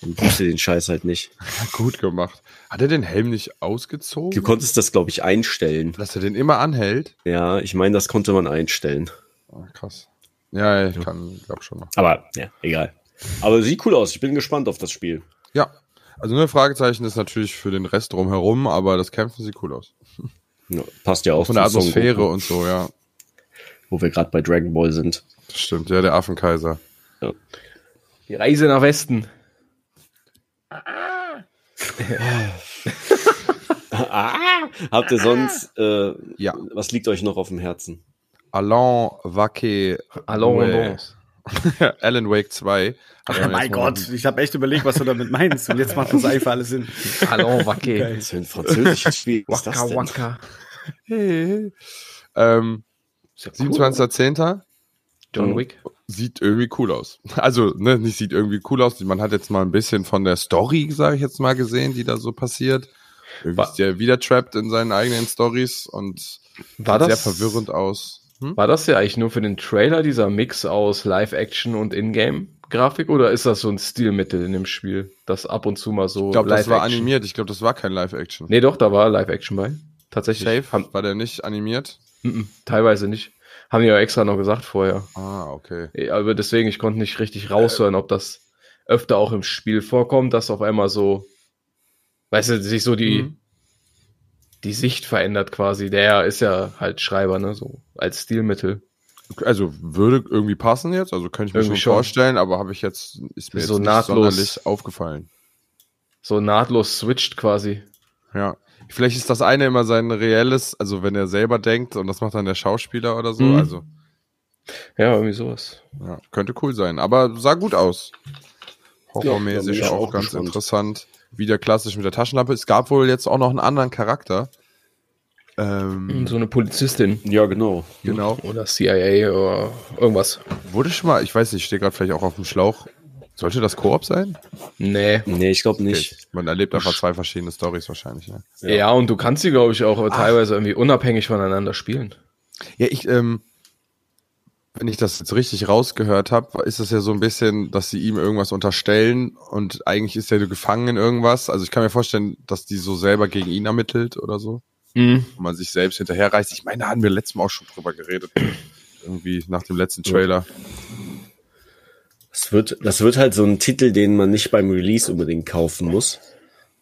D: Dann brauchst du den Scheiß halt nicht.
C: Gut gemacht. Hat er den Helm nicht
D: Du
C: ausgezogen?
D: konntest das, glaube ich, einstellen.
C: Dass er den immer anhält?
D: Ja, ich meine, das konnte man einstellen.
C: Ah, krass. Ja, ich kann, glaub schon noch.
D: Aber ja, egal. Aber sieht cool aus. Ich bin gespannt auf das Spiel.
C: Ja. Also nur Fragezeichen ist natürlich für den Rest drumherum, aber das Kämpfen sieht cool aus.
D: Ja, Passt ja auch
C: Von der
D: zu Son
C: Atmosphäre
D: Goku,
C: und so, ja.
D: wo wir gerade bei Dragon Ball sind.
C: Das Stimmt, ja, der Affenkaiser.
B: Die Reise nach Westen.
D: Ah, habt ihr sonst äh,
C: Ja.
D: was liegt euch noch auf dem Herzen?
C: Alain Wake.
B: Allons, allons.
C: Alan Wake 2. Hat man jetzt
E: mein
C: mal-
E: Gott, ich habe echt überlegt, was du damit meinst. Und jetzt macht das einfach alles Sinn.
B: Allons, wacke.
D: Das ist ein französisches Spiel. Was ist das
B: Waka,
D: denn?
B: waka.
C: Hey. Ähm,
B: Ist ja cool.
C: 27.10.
B: John Wick.
C: sieht irgendwie cool aus. Also, ne, nicht sieht irgendwie cool aus. Man hat jetzt mal ein bisschen von der Story, sage ich jetzt mal, gesehen, die da so passiert. Irgendwie
B: Wa-
C: ist der wieder trapped in seinen eigenen Stories und
B: War
C: sieht
B: das-
C: sehr verwirrend aus. Hm?
B: War das ja eigentlich nur für den Trailer, dieser Mix aus Live-Action und Ingame-Grafik? Oder ist das so ein Stilmittel in dem Spiel, das ab und zu mal so
C: Ich glaube, das war
B: Live-Action-
C: animiert. Ich glaube, das war kein Live-Action.
B: Nee, doch, da war Live-Action bei. Tatsächlich.
C: Safe?
B: Haben,
C: War der nicht animiert?
B: Mhm, teilweise nicht. Haben die ja extra noch gesagt vorher.
C: Ah, okay.
B: Ja, Aber deswegen, ich konnte nicht richtig raushören, ob das öfter auch im Spiel vorkommt, dass auf einmal so, weißt du, sich so die,
C: Mhm.
B: die Sicht verändert quasi. Der ist ja halt Schreiber, ne, so als Stilmittel.
C: Also würde irgendwie passen jetzt, also könnte ich mir
B: Irgendwie
C: schon,
B: schon.
C: vorstellen, aber habe ich jetzt ist mir
B: So
C: jetzt nicht
B: nahtlos.
C: sonderlich aufgefallen.
B: So nahtlos switcht quasi.
C: Ja. Vielleicht ist das eine immer sein reelles, also wenn er selber denkt und das macht dann der Schauspieler oder so,
B: Mhm.
C: also
B: Ja, irgendwie sowas.
C: ja, könnte cool sein, aber sah gut aus. Horrormäßig
D: Ja, da bin ich
C: auch
D: auch
C: ganz
D: gespannt.
C: interessant. Wieder klassisch mit der Taschenlampe. Es gab wohl jetzt auch noch einen anderen Charakter.
D: Mhm,
C: Ähm,
B: So eine Polizistin
D: Ja, genau.
C: Genau.
B: oder CIA oder irgendwas.
C: Wurde schon mal, ich weiß nicht, ich stehe gerade vielleicht auch auf dem Schlauch. Sollte das Koop sein?
B: Nee.
D: Nee, ich glaube
C: Okay.
D: nicht.
C: Man erlebt einfach zwei verschiedene Stories wahrscheinlich. Ne?
B: Ja. und du kannst sie, glaube ich, auch teilweise irgendwie unabhängig voneinander spielen.
C: Ja, ich, ähm, wenn ich das jetzt richtig rausgehört habe, ist das ja so ein bisschen, dass sie ihm irgendwas unterstellen und eigentlich ist er gefangen in irgendwas. Also ich kann mir vorstellen, dass die so selber gegen ihn ermittelt oder so.
B: Mhm.
C: Und man sich selbst hinterherreißt. Ich meine, da haben wir letztes Mal auch schon drüber geredet. Irgendwie nach dem letzten Trailer.
D: Das wird, das wird halt so ein Titel, den man nicht beim Release unbedingt kaufen muss.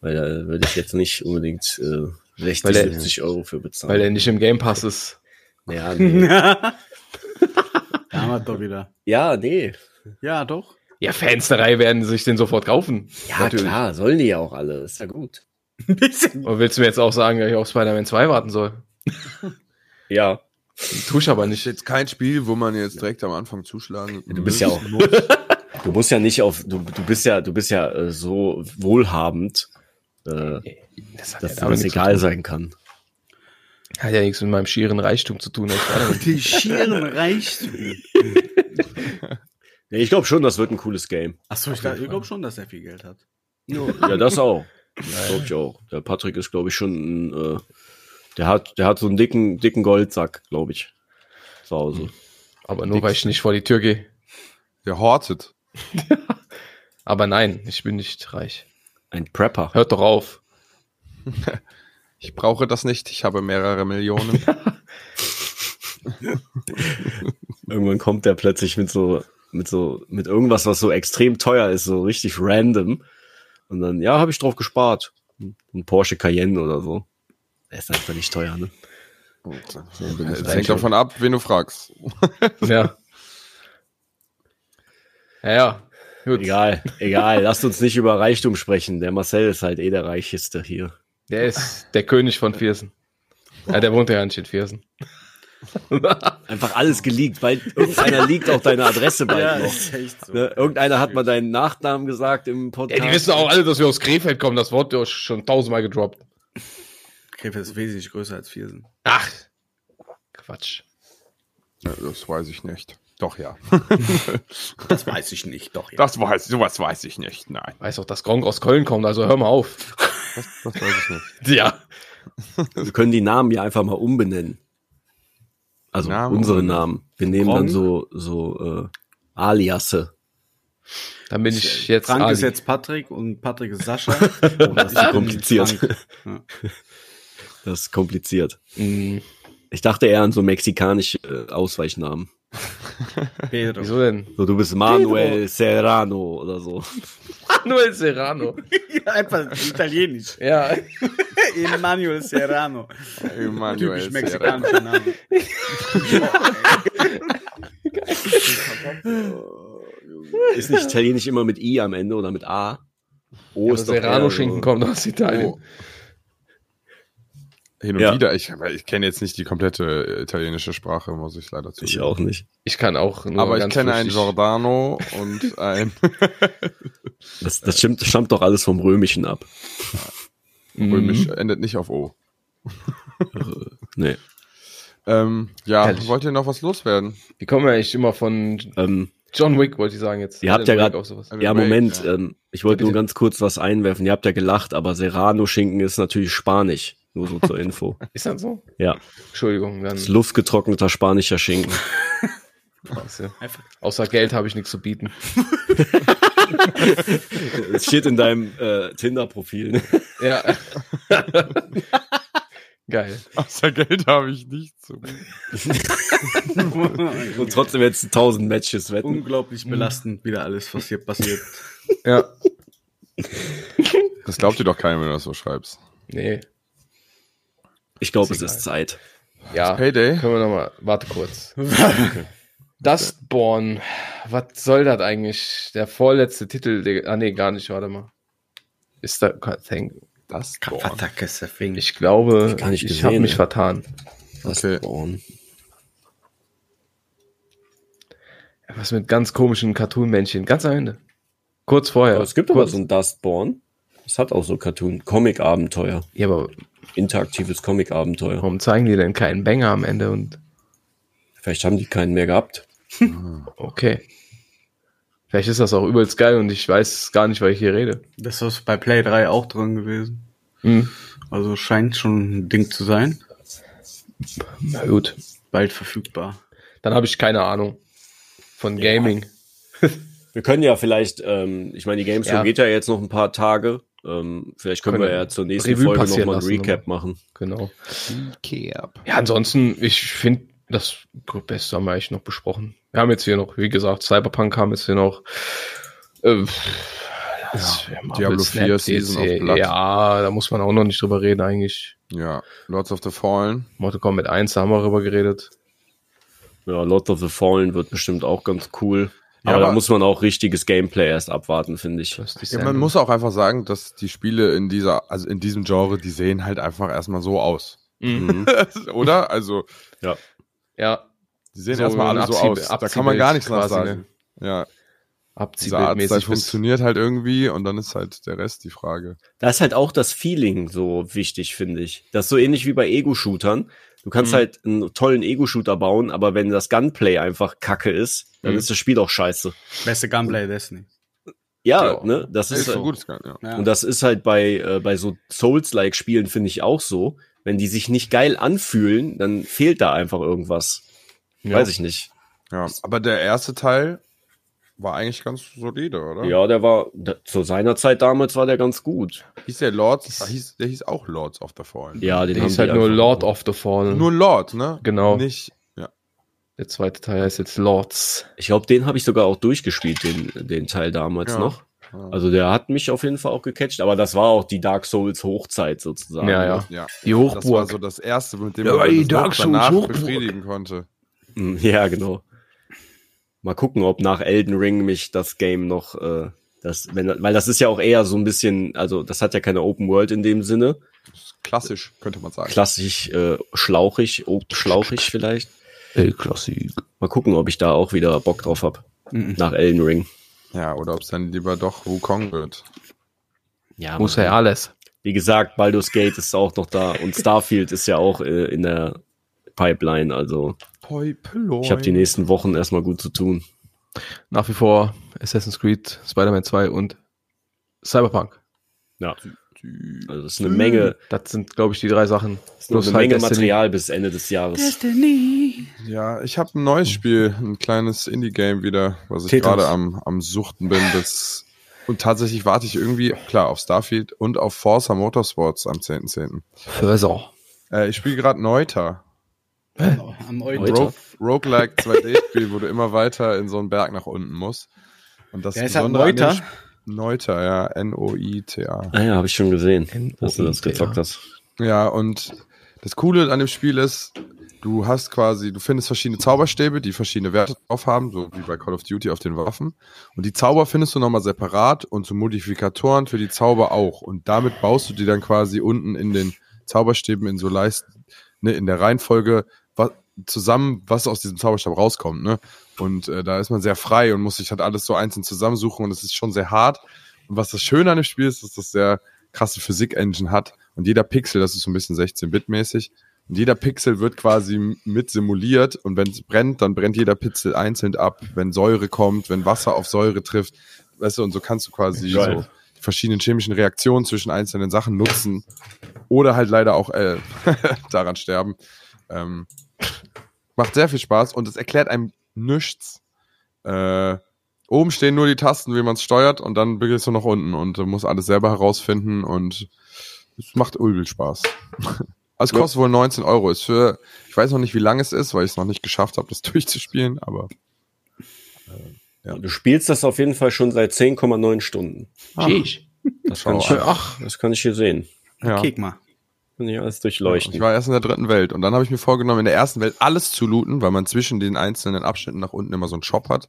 D: Weil da würde ich jetzt nicht unbedingt äh, 60,
B: Weil der-
D: 70 Euro für
B: Weil
D: bezahlen.
B: der nicht im Game Pass ist.
D: ja, nee.
E: Da haben wir doch wieder.
D: ja, nee.
E: Ja, doch.
B: Ja, Fans der Reihe werden sich den sofort kaufen.
D: Ja, klar, sollen die ja auch alle. Ist ja gut.
B: Und willst du mir jetzt auch sagen, dass ich auf Spider-Man 2 warten soll?
D: Ja.
B: Tue ich aber
C: Ist
B: nicht.
C: jetzt kein Spiel, wo man jetzt direkt am Anfang zuschlagen
B: Mhm.
D: Du bist ja auch. Du musst ja nicht auf. Du, du bist ja, du bist ja äh, so wohlhabend, äh,
B: Das hat,
D: dass
B: ja,
D: dir
B: damit
D: das
B: nichts,
D: egal sein kann.
B: hat ja nichts mit meinem schieren Reichtum zu tun. als Spider-Man.
E: Die Schieren Reichtum.
D: Nee, ich glaube schon, das wird ein cooles Game.
E: Achso, ich glaube schon, dass er viel Geld hat.
D: Ja, das auch. Das glaube ich auch. Der Patrick ist, glaube ich, schon ein, äh, der hat, der hat so einen dicken, dicken Goldsack, glaube ich. Zu Hause.
B: aber nur, weil ich nicht vor die Tür gehe.
C: Der hortet.
B: Aber nein, ich bin nicht reich.
D: Ein Prepper.
B: Hört doch auf.
C: Ich brauche das nicht. Ich habe mehrere Millionen.
D: Irgendwann kommt der plötzlich mit so, mit so, mit irgendwas, was so extrem teuer ist, so richtig random. Und dann, ja, habe ich drauf gespart. Ein Porsche Cayenne oder so. Der ist einfach nicht teuer, ne?
C: Es hängt davon ab, wen du fragst.
B: Ja. Ja, ja. Gut.
D: Egal, egal. Lasst uns nicht über Reichtum sprechen. Der Marcel ist halt eh der Reicheste hier.
B: Der ist der König von Viersen. Ja, der wohnt ja nicht in Viersen.
D: Einfach alles geleakt, weil irgendeiner liegt auch deine Adresse bald noch.
E: echt so.
D: Ne? Irgendeiner hat mal deinen Nachnamen gesagt im
B: Ja,
D: Podcast.
B: die wissen auch alle, dass wir aus Krefeld kommen. Das Wort ist schon tausendmal gedroppt.
E: Krefeld ist wesentlich größer als Viersen.
B: Ach. Quatsch.
C: Ja, Das weiß ich nicht. Doch, ja.
E: Das weiß ich nicht, doch. Ja.
C: Das weiß, sowas weiß ich nicht. Nein.
B: Weiß auch, dass Gronk aus Köln kommt, also hör mal auf.
C: Das weiß ich nicht.
B: Ja.
D: Wir können die Namen ja einfach mal umbenennen. Also
C: Namen
D: unsere
C: umbenennen.
D: Namen. Wir nehmen
E: Gronk?
D: dann so, so äh, Aliasse.
B: Dann bin ich jetzt.
E: Frank ist
B: Ali.
E: jetzt Patrick und Patrick ist Sascha.
D: das ist kompliziert.
E: Frank.
D: Das ist kompliziert.
B: Mm,
D: Ich dachte eher an so mexikanische äh, Ausweichnamen.
E: Pedro.
B: Wieso denn?
D: So, du bist Manuel Serrano oder so.
B: Manuel Serrano.
E: Einfach italienisch.
B: Ja.
E: Emmanuel Serrano.
C: Emanuel
E: Typisch
C: Serrano.
E: mexikanischer Name.
D: Ist nicht italienisch immer mit I am Ende oder mit A? O
B: Aber
D: ist doch eher so-
B: Serrano-Schinken kommt aus Italien.
C: Oh. Hin und
D: Ja.
C: wieder. Ich, ich kenne jetzt nicht die komplette äh, italienische Sprache, muss ich leider zugeben.
D: Ich auch nicht.
B: Ich kann auch nur
C: Aber ich Mhm.
B: ganz
C: kenne einen
B: flüchtig-
C: Giordano und ein
D: Das, das stimmt, stammt doch alles vom Römischen ab.
C: römisch,
B: Mhm.
C: endet nicht auf O.
D: Nee.
C: Ähm, ja,
B: Herrlich.
C: wollt ihr noch was loswerden?
B: Die kommen ja echt immer von
D: Ähm,
B: John Wick, wollte ich sagen jetzt.
D: Ihr habt
B: Alan
D: ja
B: Wake
D: grad-
B: auch sowas.
C: Alan
D: ja,
C: Wake,
D: Moment.
C: ja.
D: Ähm, ich wollte nur
B: äh, bitte.
D: ganz kurz was einwerfen. Ihr habt ja gelacht, aber Serrano-Schinken ist natürlich Spanisch. Nur so zur Info.
B: Ist das so?
D: Ja.
B: Entschuldigung, dann.
D: Das ist luftgetrockneter spanischer Schinken.
B: Scheiße. Außer Geld habe ich nichts zu bieten.
D: Es steht in deinem äh, Tinder-Profil.
B: Ja. Geil.
C: Außer Geld habe ich nichts. zu-
D: Und trotzdem jetzt 1000 Matches wetten.
E: Unglaublich belastend, wieder alles, was hier passiert.
B: Ja.
C: Das glaubt dir doch keiner, wenn du das so schreibst.
B: Nee.
D: Ich glaube, es
B: Ist
D: ist Zeit.
B: Ja.
C: Payday?
B: Können wir nochmal. Warte kurz. Dustborn. Was soll das eigentlich? Der vorletzte Titel. Der, ah, nee, gar nicht. Warte mal. Ist da. Thank,
C: Das
B: ich glaube,
D: Hab ich gar nicht
B: ich,
D: gesehen,
B: habe mich
D: ey.
B: vertan.
C: Okay.
D: Born.
B: Was mit ganz komischen Cartoon-Männchen. Ganz am Ende. Kurz vorher.
D: Aber es gibt aber
B: Kurz.
D: so ein Dustborn. Es hat auch so Cartoon. Comic-Abenteuer.
B: Ja, aber
D: Interaktives Comic-Abenteuer.
B: warum zeigen die denn keinen Banger am Ende? Und
D: Vielleicht haben die keinen mehr gehabt.
B: okay. Vielleicht ist das auch übelst geil und ich weiß es gar nicht, weil ich hier rede.
E: Das ist bei Play 3 auch drin gewesen.
B: Hm.
E: Also scheint schon ein Ding zu sein.
B: Na gut.
E: Bald verfügbar.
B: Dann habe ich keine Ahnung von Gaming.
D: Wir können ja vielleicht, ähm, ich meine, die Gamescom
B: Ja.
D: geht ja jetzt noch ein paar Tage. Ähm, vielleicht können,
B: Können
D: wir ja zur nächsten
B: Revue
D: Folge
B: passieren
D: nochmal ein
B: lassen,
D: Recap machen.
B: Genau. Ja, ansonsten, ich finde, das Beste haben wir eigentlich noch besprochen. Wir haben jetzt hier noch, wie gesagt, Cyberpunk kam jetzt hier noch. Ähm, das- wir haben
C: Diablo
B: Marvel
C: 4
B: Snap,
C: Season
B: DC.
C: of Blood.
B: Ja, da muss man auch noch nicht drüber reden eigentlich.
C: Ja, Lords of the Fallen.
B: Mortal Kombat 1, da haben wir drüber geredet.
D: Ja, Lord of the Fallen wird bestimmt auch ganz cool.
C: Ja,
D: Aber, da
C: aber-
D: muss man auch richtiges Gameplay erst abwarten, finde ich.
B: Das ist die
C: Ja, man
B: Sendung.
C: muss auch einfach sagen, dass die Spiele in dieser, also in diesem Genre, die sehen halt einfach erstmal so aus.
B: Mhm.
D: Mhm.
C: Oder? Also,
B: Ja,
C: die sehen
B: So
C: erstmal
B: ein
C: alle so
B: Abzieh-
C: aus. Da kann man gar nichts
B: Abziehbild
C: nach
B: quasi, ne?
C: sagen. Ja, dieser Arzt
B: abziehbildmäßig. bis-
C: funktioniert halt irgendwie und dann ist halt der Rest die Frage.
D: Da ist halt auch das Feeling so wichtig, finde ich. Das ist so ähnlich wie bei Ego-Shootern. Du kannst halt einen tollen Ego-Shooter bauen, aber wenn das Gunplay einfach kacke ist, dann
B: Mhm.
D: ist das Spiel auch scheiße.
E: Beste Gunplay Destiny.
D: Ja,
B: Ja.
D: ne, das
C: Das
D: ist,
C: ist
D: halt-
C: ein gutes Garn, ja.
E: Ja.
D: und das ist halt bei, äh, bei so Souls-like-Spielen, finde ich auch so. Wenn die sich nicht geil anfühlen, dann fehlt da einfach irgendwas.
B: Ja.
D: Weiß ich nicht.
C: ja. Aber der erste Teil war eigentlich ganz solide, oder?
D: Ja, der war, da, zu seiner Zeit damals war der ganz gut.
C: Hieß der Lords, ah, hieß, der hieß auch Lords of the Fallen.
D: Ja, den
B: Der
D: haben
B: hieß
D: die
B: halt nur
D: einfach-
B: Lord of the Fallen.
C: Nur Lord, ne?
B: Genau.
C: Nicht, ja.
B: Der zweite Teil heißt jetzt Lords.
D: Ich glaube, den habe ich sogar auch durchgespielt, den, den Teil damals
C: Ja.
D: noch.
C: Ja.
D: Also der hat mich auf jeden Fall auch gecatcht, aber das war auch die Dark Souls Hochzeit sozusagen.
B: Ja, ja.
C: ja.
B: Die
C: Das war
B: Hochburg.
C: so das erste, mit dem
B: Ja,
C: man
B: die
C: das noch
B: Dark Souls
C: danach
B: Hochburg.
C: befriedigen konnte.
D: Mm, Ja, genau. Mal gucken, ob nach Elden Ring mich das Game noch, äh, das, wenn, weil das ist ja auch eher so ein bisschen, also das hat ja keine Open World in dem Sinne,
C: Klassisch, könnte man sagen.
D: klassisch, äh, schlauchig, oh, schlauchig vielleicht.
B: El Classic.
D: Mal gucken, ob ich da auch wieder Bock drauf hab
E: Mhm.
D: nach Elden Ring.
C: Ja, oder ob es dann lieber doch Wukong wird.
D: Ja,
B: Muss ja alles.
D: wie gesagt, Baldur's Gate ist auch noch da und Starfield ist ja auch äh, in der Pipeline, also ich habe die nächsten Wochen erstmal gut zu tun.
B: Nach wie vor Assassin's Creed, Spider-Man 2 und Cyberpunk.
D: Ja. Also es ist eine Menge,
B: Das sind, glaube ich, die drei Sachen.
D: ist noch
B: Plus
D: eine
B: halt
D: Menge
B: Destiny.
D: Material bis Ende des Jahres.
C: Ja, ich habe ein neues Spiel, ein kleines Indie-Game wieder, was ich
E: Tetris.
C: gerade am, am Suchten bin. Das, und tatsächlich warte ich irgendwie, klar, auf Starfield und auf Forza Motorsports am 10.10.
B: Further.
C: Äh, ich spiele gerade Neuter.
E: Am Eugen.
C: Rogue, Roguelike 2D-Spiel, wo du immer weiter in so einen Berg nach unten musst. Und das
E: Der ist halt
C: Besondere an dem
E: Neuter.
C: Sp- Neuter, ja. N-O-I-T-A.
D: Ah ja, habe ich schon gesehen,
B: E
D: dass du das
B: NOITA.
D: gezockt hast.
C: Ja, und das Coole an dem Spiel ist, du hast quasi, du findest verschiedene Zauberstäbe, die verschiedene Werte drauf haben, so wie bei Call of Duty auf den Waffen. Und die Zauber findest du nochmal separat und so Modifikatoren für die Zauber auch. Und damit baust du die dann quasi unten in den Zauberstäben in so Leisten, ne, in der Reihenfolge wa- zusammen, was aus diesem Zauberstab rauskommt, ne? Und äh, da ist man sehr frei und muss sich halt alles so einzeln zusammensuchen und es ist schon sehr hart. Und was das Schöne an dem Spiel ist, ist, dass das sehr krasse Physik-Engine hat und jeder Pixel, das ist so ein bisschen 16-Bit-mäßig, und jeder Pixel wird quasi m- mit simuliert und wenn es brennt, dann brennt jeder Pixel einzeln ab, wenn Säure kommt, wenn Wasser auf Säure trifft, weißt du, und so kannst du quasi
D: Geil.
C: so die verschiedenen chemischen Reaktionen zwischen einzelnen Sachen nutzen oder halt leider auch äh, daran sterben. Ähm, macht sehr viel Spaß und es erklärt einem nichts. Äh, oben stehen nur die Tasten, wie man es steuert, und dann gehst du nach unten und du musst alles selber herausfinden und es macht übel Spaß. Es
D: Ja.
C: kostet wohl 19 Euro. Ist für, ich weiß noch nicht, wie lange es ist, weil ich es noch nicht geschafft habe, das durchzuspielen, aber Ja.
D: Du spielst das auf jeden Fall schon seit 10,9 Stunden.
B: Sheesh.
D: Das kann,
C: Schau
D: ich,
C: an.
D: ach, das kann ich hier sehen.
C: ja.
E: Kick mal.
D: Kann ich alles
C: Ich
D: durchleuchten.
C: war erst in der dritten Welt und dann habe ich mir vorgenommen, in der ersten Welt alles zu looten, weil man zwischen den einzelnen Abschnitten nach unten immer so einen Shop hat,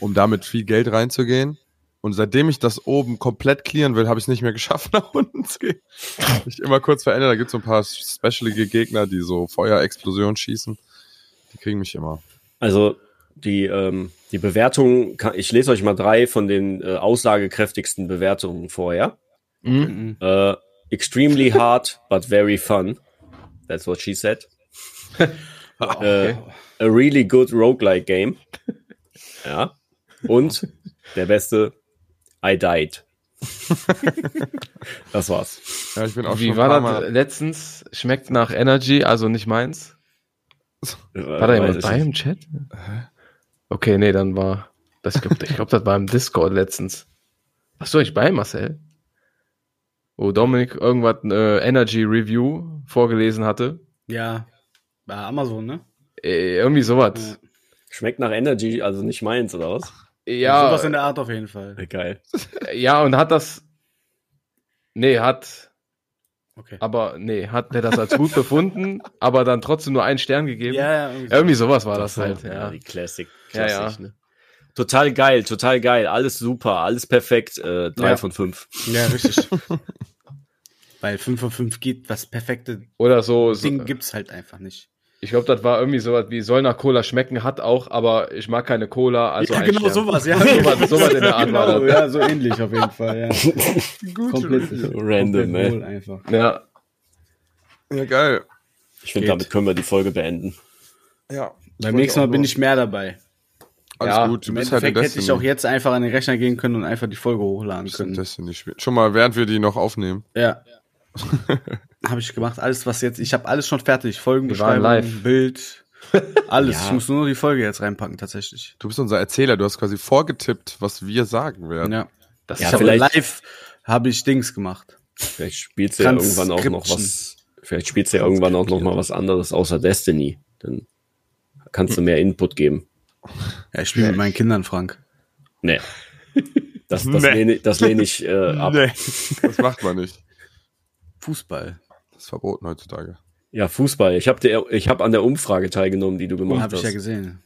C: um damit viel Geld reinzugehen. Und seitdem ich das oben komplett clearen will, habe ich es nicht mehr geschafft, nach unten zu gehen. Hab Ich immer kurz verändert, da gibt es so ein paar specialige Gegner, die so Feuerexplosionen schießen. Die kriegen mich immer.
D: Also die, ähm, die Bewertungen, kann, ich lese euch mal drei von den äh, aussagekräftigsten Bewertungen vor, ja?
B: Hm?
E: Mhm.
D: Äh, extremely hard, but very fun. That's what she said. Äh, a really good roguelike game. Ja. Und der beste, I died. das war's.
C: Ja, ich bin auch
B: Wie
C: schon
B: war
C: ein
B: das
C: paar Mal-
B: letztens? Schmeckt nach Energy, also nicht meins. War da jemand bei im Chat? Okay, nee, dann war. Das, ich glaube, glaub, das war im Discord letztens. Ach so, ich bei Marcel. Wo Dominik irgendwas äh, Energy Review vorgelesen hatte.
E: Ja. Bei Amazon, ne?
B: Äh, irgendwie sowas.
D: Schmeckt nach Energy, also nicht meins, oder was?
B: Ja,
E: Sowas in der Art auf jeden Fall.
D: Geil.
B: ja, und hat das. Nee, hat.
E: Okay.
B: Aber nee, hat der das als gut befunden, aber dann trotzdem nur einen Stern gegeben.
E: Ja, ja, irgendwie so.
B: Irgendwie sowas war das halt,
D: Ja,
B: ja.
D: die Classic.
B: Ja,
D: Classic
B: ja.
D: Ne? Total geil, total geil. Alles super, alles perfekt. Äh, drei
E: Ja.
D: von fünf.
E: Ja, richtig. Weil 5 von 5 geht, das perfekte
B: Oder so. so
E: Ding gibt's halt einfach nicht.
B: ich glaube, das war irgendwie sowas wie soll nach Cola schmecken, hat auch, aber ich mag keine Cola. Also ein Stern.
E: ja.
B: Sowas- sowas in der Art war
E: genau,
B: das.
E: ja, so ähnlich auf jeden Fall, ja. komplett
D: Random,
E: komplett
D: ey.
E: wohl einfach.
B: Ja,
C: Ja, geil.
D: Ich finde,
E: Geht.
D: damit können wir die Folge beenden.
C: Ja.
E: Beim nächsten Mal bin ich mehr dabei.
C: Alles
B: Ja,
C: gut, du
E: Im
C: bist halt in
E: Endeffekt hätte
C: Destiny.
E: ich auch jetzt einfach an den Rechner gehen können und einfach die Folge hochladen
C: Bist in
E: können.
C: Destiny spielen. Schon mal, während wir die noch aufnehmen.
E: Ja. habe ich gemacht. Alles, was jetzt, ich habe alles schon fertig.
B: waren
E: Folgenbeschreibung,
B: live.
E: Bild, alles.
D: Ja.
E: Ich muss nur noch die Folge jetzt reinpacken, tatsächlich.
C: Du bist unser Erzähler, du hast quasi vorgetippt, was wir sagen werden.
E: Ja.
B: das
E: Ich
D: Ja,
B: ist
E: habe
B: aber,
D: vielleicht-
E: live habe ich Dings gemacht.
D: Vielleicht spielst du ja irgendwann auch noch
E: Transkription.
D: was. Vielleicht spielst du ja irgendwann auch noch mal was anderes außer Destiny. Dann kannst du mehr Input geben.
E: Ja, ich spiele mit meinen Kindern, Frank.
D: Nee. Das, das,
C: Nee.
D: Lehne, das lehne ich äh, ab.
C: Nee, das macht man nicht.
E: Fußball.
C: Das ist verboten heutzutage.
D: Ja, Fußball. Ich habe hab an der Umfrage teilgenommen, die du gemacht
E: Habe ich
D: hast.
E: ja gesehen.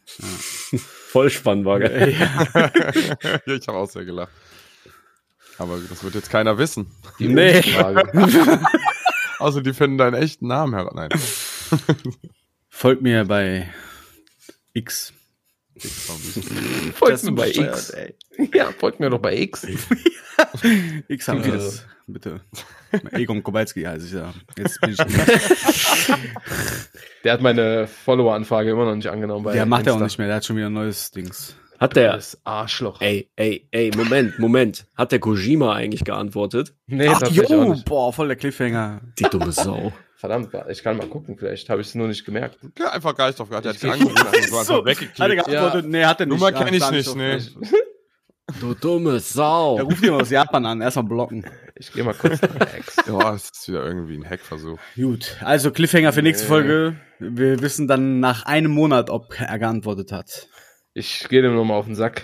D: Voll spannend war, gell?
C: ja, ich habe auch sehr gelacht. Aber das wird jetzt keiner wissen.
D: Nee.
B: Frage.
C: Außer die finden deinen echten Namen heraus. Nein,
E: Folgt mir bei X.
B: folgt mir bei X. Ja, folgt mir doch bei X.
E: X haben wir das. Bitte. Egon Kobalski heiße ich ja. Jetzt bin ich.
B: Der hat meine Follower-Anfrage immer noch nicht angenommen. Bei
E: Der macht ja
B: Insta.
E: auch nicht mehr. Der hat schon wieder ein neues Dings.
D: Hat der.
B: Das Arschloch.
D: Ey, ey, ey, Moment, Moment. Hat der Kojima eigentlich geantwortet?
B: Nee, tatsächlich auch nicht.
E: boah, voll der Cliffhanger.
D: Die dumme Sau.
B: Verdammt, ich kann mal gucken, vielleicht habe ich es nur nicht gemerkt.
C: Ja, einfach gar nicht drauf gehabt. Der hat dich angerufen, einfach so einfach
E: Hat er
C: weggeklickt.
E: geantwortet? Nee, hat er nicht.
C: Nummer
E: Ah,
C: kenne ich
E: klar,
C: nicht, ne.
D: Du dumme Sau.
E: Ja, ruft jemand aus Japan an, erstmal blocken.
B: Ich Ich gehe mal kurz nach X.
C: Ja, das ist wieder irgendwie ein Hackversuch.
E: Gut, also Cliffhanger für nächste
B: Nee.
E: Folge. Wir wissen dann nach einem Monat, ob er geantwortet hat.
B: Ich gehe dem nochmal auf den Sack.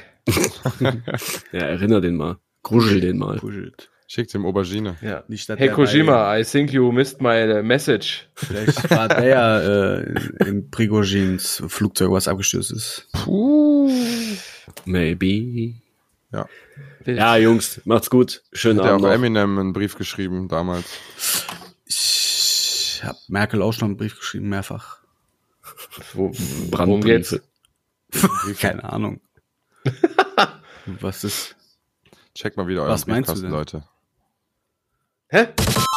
D: Ja, erinner den mal. Gruschel den mal.
E: Puschelt.
C: Schickt ihm Aubergine.
B: Ja.
E: Nicht, dass
B: Hey
E: der
B: Kojima, I think you missed my äh, message.
E: bei- Vielleicht war der ja äh, im Prigozhins Flugzeug, was abgestürzt ist.
D: Maybe.
B: Will-
D: Ja, Jungs, macht's gut. Schönen
C: Hat er
D: Abend
C: auf
D: noch.
C: Eminem einen Brief geschrieben damals.
E: Ich habe Merkel auch schon einen Brief geschrieben, mehrfach.
B: Wo, worum
D: Brandbriefe.
B: geht's?
E: Keine Ahnung. was ist?
C: Checkt mal wieder euren
E: Was meinst du
C: Briefkasten,
E: denn?
C: Leute.
B: Hä?